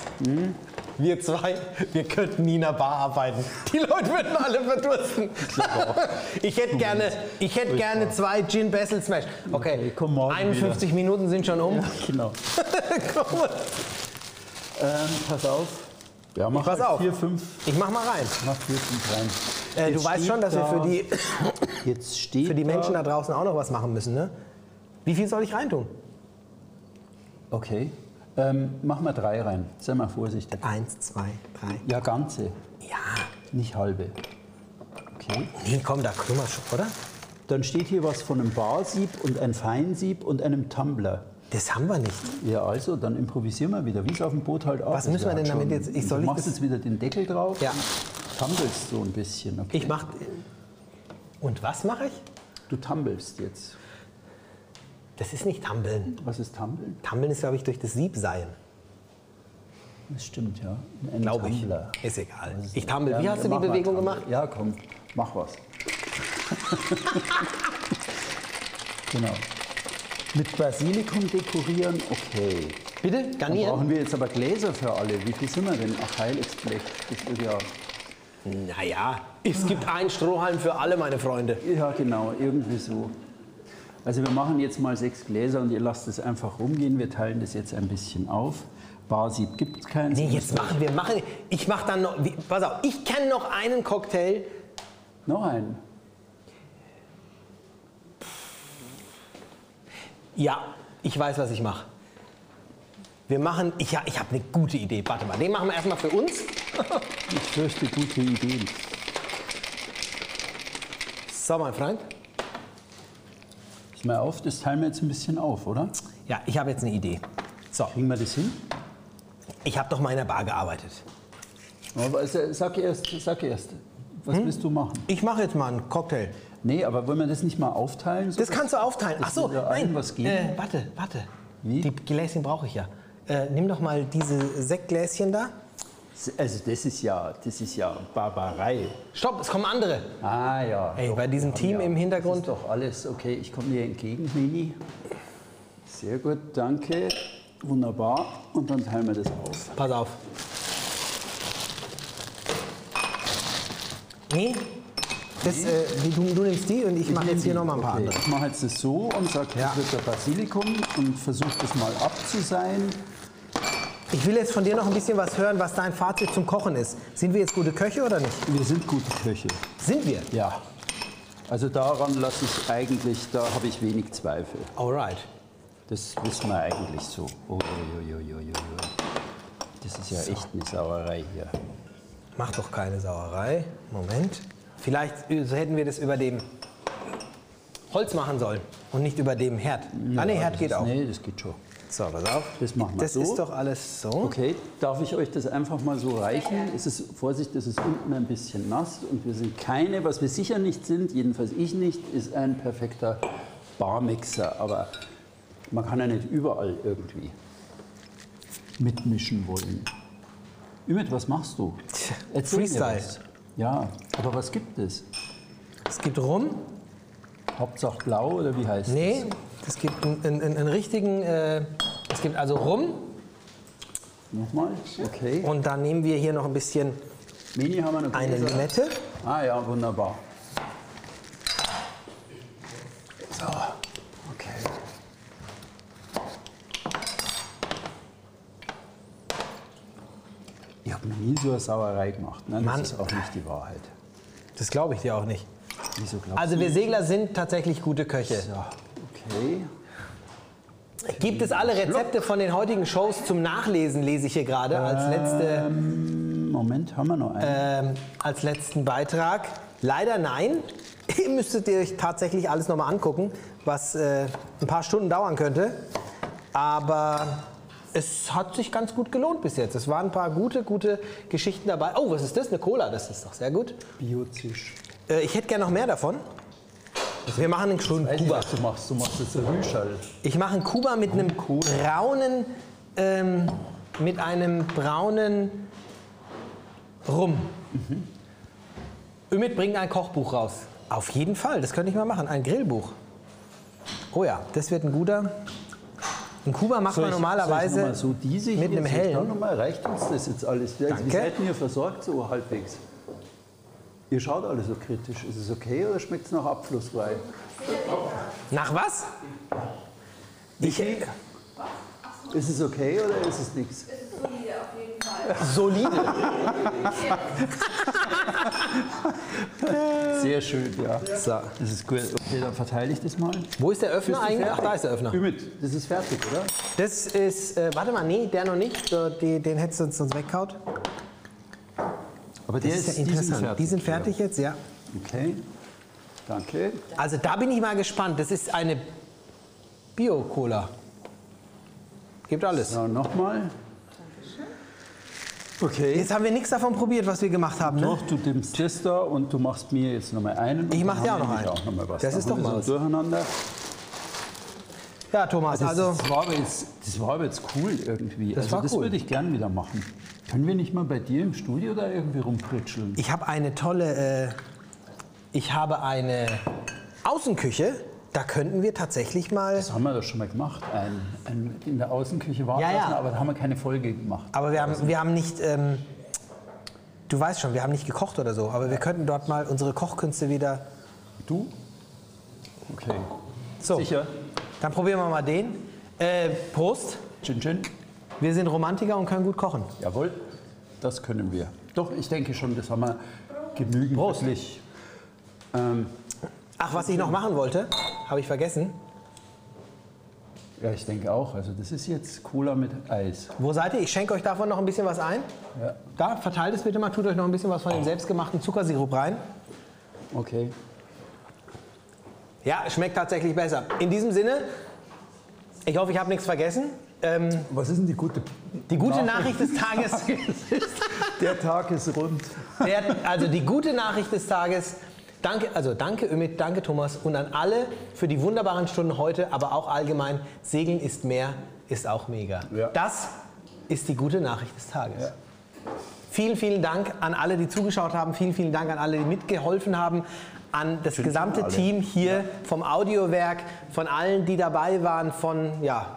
Wir zwei, wir könnten nie in einer Bar arbeiten. Die Leute würden alle verdursten. ich hätte gerne, ich hätte gerne zwei Gin Basil Smash. Okay,
Okay, komm morgen
51 Minuten sind schon um.
Ja, genau.
Komm,
Ähm, pass auf. Ja, mach
pass
halt
auf.
Vier, fünf,
ich mach mal rein.
mach vier, fünf rein.
Äh, du
Jetzt
weißt
steht
schon, dass wir
da-
für die,
jetzt steht
für die Menschen
da,
da draußen auch noch was machen müssen, ne? Wie viel soll ich reintun?
Okay. Ähm, mach mal drei rein. Sei mal vorsichtig.
Eins, zwei, drei.
Ja, ganze,
Ja,
nicht halbe. Okay.
nee, komm, da kümmern wir schon, oder?
Dann steht hier was von einem Barsieb und einem Feinsieb und einem Tumbler.
Das haben wir nicht.
Ja, also, dann improvisieren wir wieder, wie es auf dem Boot halt auch
Was müssen wir denn damit jetzt- ich
Ich
soll
soll du
nicht
machst
das-
jetzt wieder den Deckel drauf.
Ja.
und Tumbelst so ein bisschen. Okay?
Ich mach. Und was mache ich?
Du tumbelst jetzt.
Das ist nicht Tumbeln.
Was ist Tumbeln?
Tumbeln ist, glaube ich, durch das Sieb sein.
Das stimmt, ja. Ein
Glaube ich.
Tumbler.
Ist egal.
Das ist-
Ich tumbel.
Ja,
Wie hast du
mach
die
mal
Bewegung
Tumbel.
gemacht?
Ja, komm, mach was. genau. Mit Basilikum dekorieren, okay.
Bitte?
Dann brauchen
Garnieren?
wir jetzt aber Gläser für alle. Wie viel sind wir denn? Ach, Heiligsblech. Das ist ja.
Naja, es gibt einen Strohhalm für alle meine Freunde.
Ja, genau, irgendwie so. Also wir machen jetzt mal sechs Gläser und ihr lasst es einfach rumgehen. Wir teilen das jetzt ein bisschen auf. Barsieb gibt es keins.
Nee, jetzt machen wir. Machen, ich mache dann noch. Wie, pass auf, ich kenne noch einen Cocktail.
Noch einen.
Ja, ich weiß, was ich mache. Wir machen. Ich, ja, ich habe eine gute Idee. Warte mal, den machen wir erstmal für uns.
Ich fürchte, gute Ideen.
So, mein Freund.
Ist mal auf, das teilen wir jetzt ein bisschen auf, oder?
Ja, ich habe jetzt eine Idee. So,
Kriegen wir das hin?
ich habe doch mal in der Bar gearbeitet.
Aber es- sag erst, sag erst. Was
Hm?
willst du machen?
Ich mache jetzt mal einen Cocktail.
Nee, aber wollen wir das nicht mal aufteilen? so?
Das kannst du aufteilen. Ach so,
muss ja
nein.
allen was geben.
Äh, warte, warte.
Wie?
Die Gläschen brauche ich ja. Äh, nimm doch mal diese Sektgläschen da.
Also das ist ja, das ist ja Barbarei.
Stopp, es kommen andere.
Ah ja.
Ey, bei diesem
wir haben
Team im Hintergrund.
Das ist doch alles. Okay, ich komme dir entgegen, Mini. Sehr gut, danke. Wunderbar. Und dann teilen wir das auf.
Pass auf. Nee, das, äh, die- du, du nimmst die und ich mache jetzt hier nochmal ein paar
okay.
andere.
Ich mache jetzt das so und sage,
Ja.
das wird der Basilikum und versuche das mal abzuseihen.
Ich will jetzt von dir noch ein bisschen was hören, was dein Fazit zum Kochen ist. Sind wir jetzt gute Köche oder nicht?
Wir sind gute Köche.
Sind wir.
Ja. Also daran lasse ich eigentlich, da habe ich wenig Zweifel.
Alright.
Das wissen wir eigentlich so. Oh, oh, oh, oh, oh, oh, oh. Das ist ja echt eine Sauerei hier.
Mach doch keine Sauerei. Moment. Vielleicht äh, so hätten wir das über dem Holz machen sollen und nicht über dem Herd. ah, nee,
Ja,
Herd
das
geht
ist-
auch.
Nee, das geht schon.
So, pass auf.
Das machen wir
Das
so.
ist doch alles so.
Okay, darf ich euch das einfach mal so reichen? Es ist, Vorsicht, es ist unten ein bisschen nass und wir sind keine, was wir sicher nicht sind, jedenfalls ich nicht, ist ein perfekter Barmixer. Aber man kann ja nicht überall irgendwie mitmischen wollen. Ümit, was machst du? Erzähl mir
Freestyle.
was. Ja, aber was gibt es?
Es gibt rum.
Hauptsache blau oder wie heißt
Nee, es gibt einen, einen, einen richtigen. Äh, es gibt also rum.
das? Nochmal? Okay.
Und dann nehmen wir hier noch ein bisschen
Mini haben wir noch
eine
Gläser?
Limette.
Ah ja, wunderbar. So, okay. Ich habe noch nie so eine Sauerei gemacht. Ne? Das
Mann.
ist auch nicht die Wahrheit.
Das glaube ich dir auch nicht.
Wieso glaubst
Also, wir Segler sind tatsächlich gute
du?
Köche.
So, okay.
Gibt
Äh,
es alle Rezepte von den heutigen Shows zum Nachlesen, lese ich hier gerade als letzte
Moment, haben wir noch einen?
Ähm, als letzten Beitrag. Leider nein. Ihr müsstet ihr euch tatsächlich alles nochmal angucken, was äh, ein paar Stunden dauern könnte. Aber es hat sich ganz gut gelohnt bis jetzt. Es waren ein paar gute, gute Geschichten dabei. Oh, was ist das? Eine Cola, das ist doch sehr gut.
Biozisch.
Äh, ich hätte gern noch mehr davon. Also Wir machen einen schönen
Weiß ich,
Kuba.
was du machst. Du machst jetzt einen Rüschall.
Ich mache einen Kuba mit einem braunen, ähm, mit einem braunen Rum. Ümit bringt ein Kochbuch raus. Auf jeden Fall, das könnte ich mal machen, ein Grillbuch. Oh ja, das wird ein guter. Ein Kuba macht man normalerweise
soll ich noch mal so diese hier,
mit einem
soll ich da
hellen.
noch mal? reicht uns das jetzt alles? Wir
Danke.
wir seid ihr versorgt so halbwegs? Ihr schaut alle so kritisch. Ist es okay oder schmeckt es nach abflussfrei?
Nach was? Ich,
Ist es okay oder ist es nichts?
solide.
Sehr schön, ja.
So.
Das ist gut. Okay, dann verteile ich das mal.
Wo ist der Öffner eigentlich? Ach, da ist der Öffner.
Ümit, das ist fertig, oder?
Das ist, äh, warte mal, nee, der noch nicht. So, die, den hättest du uns sonst weggehaut.
Aber
Das ist, ja interessant. Die sind fertig jetzt, ja.
Okay. Danke.
Also da bin ich mal gespannt. Das ist eine Bio-Cola. Gibt alles.
So, nochmal. Okay.
Jetzt haben wir nichts davon probiert, was wir gemacht haben. Ne?
Doch, du nimmst das da und du machst mir jetzt nochmal einen. und
Ich mach
dann
dir
haben
auch noch
wir
einen.
Auch noch mal was.
Das
Dann
ist
haben
doch
wir
mal was.
so ein Durcheinander.
Ja, Thomas,
Das,
also
das, war aber jetzt, das war aber jetzt cool irgendwie.
Das
also
war
das
cool.
würde ich gern wieder machen. Können wir nicht mal bei dir im Studio da irgendwie rumpritscheln?
ich habe eine tolle, äh, ich habe eine Außenküche. Da könnten wir tatsächlich mal,
Das haben wir doch schon mal gemacht. Ein, ein, in der Außenküche war
Ja, ja.
lassen, aber da haben wir keine Folge gemacht.
aber wir haben, wir haben nicht, ähm, du weißt schon, wir haben nicht gekocht oder so, aber wir könnten dort mal unsere Kochkünste wieder,
Du? Okay.
so,
Sicher?
dann probieren wir mal den. Äh, Prost,
Chin Chin?
wir sind Romantiker und können gut kochen.
Jawohl, das können wir. Doch, ich denke schon, das haben wir genügend. Prostlich. Ähm,
Ach, was ich noch machen wollte, habe ich vergessen.
ja, ich denke auch. Also das ist jetzt Cola mit Eis.
Wo seid ihr? Ich schenke euch davon noch ein bisschen was ein.
Ja.
Da, verteilt es bitte mal, tut euch noch ein bisschen was von dem selbstgemachten Zuckersirup rein.
Okay.
Ja, schmeckt tatsächlich besser. In diesem Sinne, ich hoffe, ich habe nichts vergessen. Ähm,
Was ist denn die gute...
die gute Nachricht des Tages,
Der Tag ist rund.
der, also die gute Nachricht des Tages, danke, also danke Ümit, danke Thomas und an alle für die wunderbaren Stunden heute, aber auch allgemein, Segeln ist mehr, ist auch mega.
Ja.
Das ist die gute Nachricht des Tages.
Ja.
Vielen, vielen Dank an alle, die zugeschaut haben. Vielen, vielen Dank an alle, die mitgeholfen haben. An das gesamte
alle.
Team hier vom Audiowerk, von allen, die dabei waren, von, ja,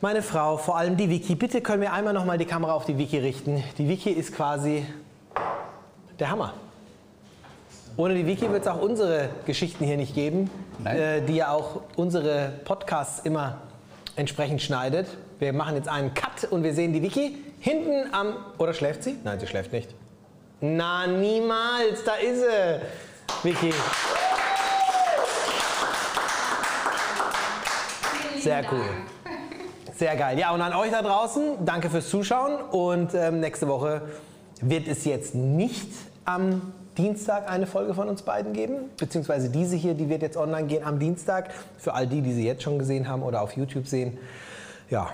meine Frau, vor allem die Vicky. Bitte können wir einmal nochmal die Kamera auf die Vicky richten. Die Vicky ist quasi der Hammer. Ohne die Vicky wird es auch unsere Geschichten hier nicht geben,
Nein.
äh, die ja auch unsere Podcasts immer entsprechend schneidet. Wir machen jetzt einen Cut und wir sehen die Vicky hinten am. Oder schläft sie? Nein, sie schläft nicht. Na, niemals, da ist sie. Vicky. Sehr cool. Sehr geil. Ja, und an euch da draußen, danke fürs Zuschauen. Und ähm, nächste Woche wird es jetzt nicht am Dienstag eine Folge von uns beiden geben. Beziehungsweise diese hier, die wird jetzt online gehen am Dienstag. Für all die, die sie jetzt schon gesehen haben oder auf YouTube sehen. Ja,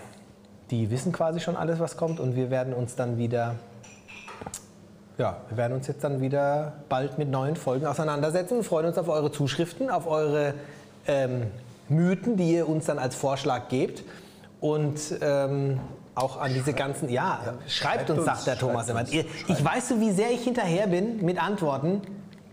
die wissen quasi schon alles, was kommt. Und wir werden uns dann wieder. Ja, wir werden uns jetzt dann wieder bald mit neuen Folgen auseinandersetzen und freuen uns auf eure Zuschriften, auf eure ähm, Mythen, die ihr uns dann als Vorschlag gebt. Und ähm, auch an diese ganzen, ja, schreibt, uns,
uns,
sagt der
schreibt
Thomas immer.
uns,
Ihr, ich weiß so, wie sehr ich hinterher bin mit Antworten.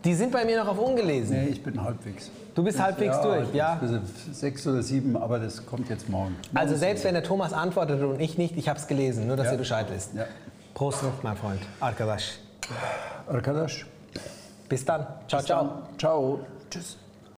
Die sind bei mir noch auf ungelesen.
Nee, ich bin halbwegs.
Du bist halbwegs durch, ja?
das ist also Sechs oder sieben, aber das kommt jetzt morgen.
Also selbst wenn der Thomas antwortete und ich nicht, ich habe es gelesen, nur dass
Ja.
ihr Bescheid wisst.
Ja.
Prost, mein Freund. Arkadasch.
Arkadasch.
Bis dann. Ciao, ciao.
Ciao. Tschüss.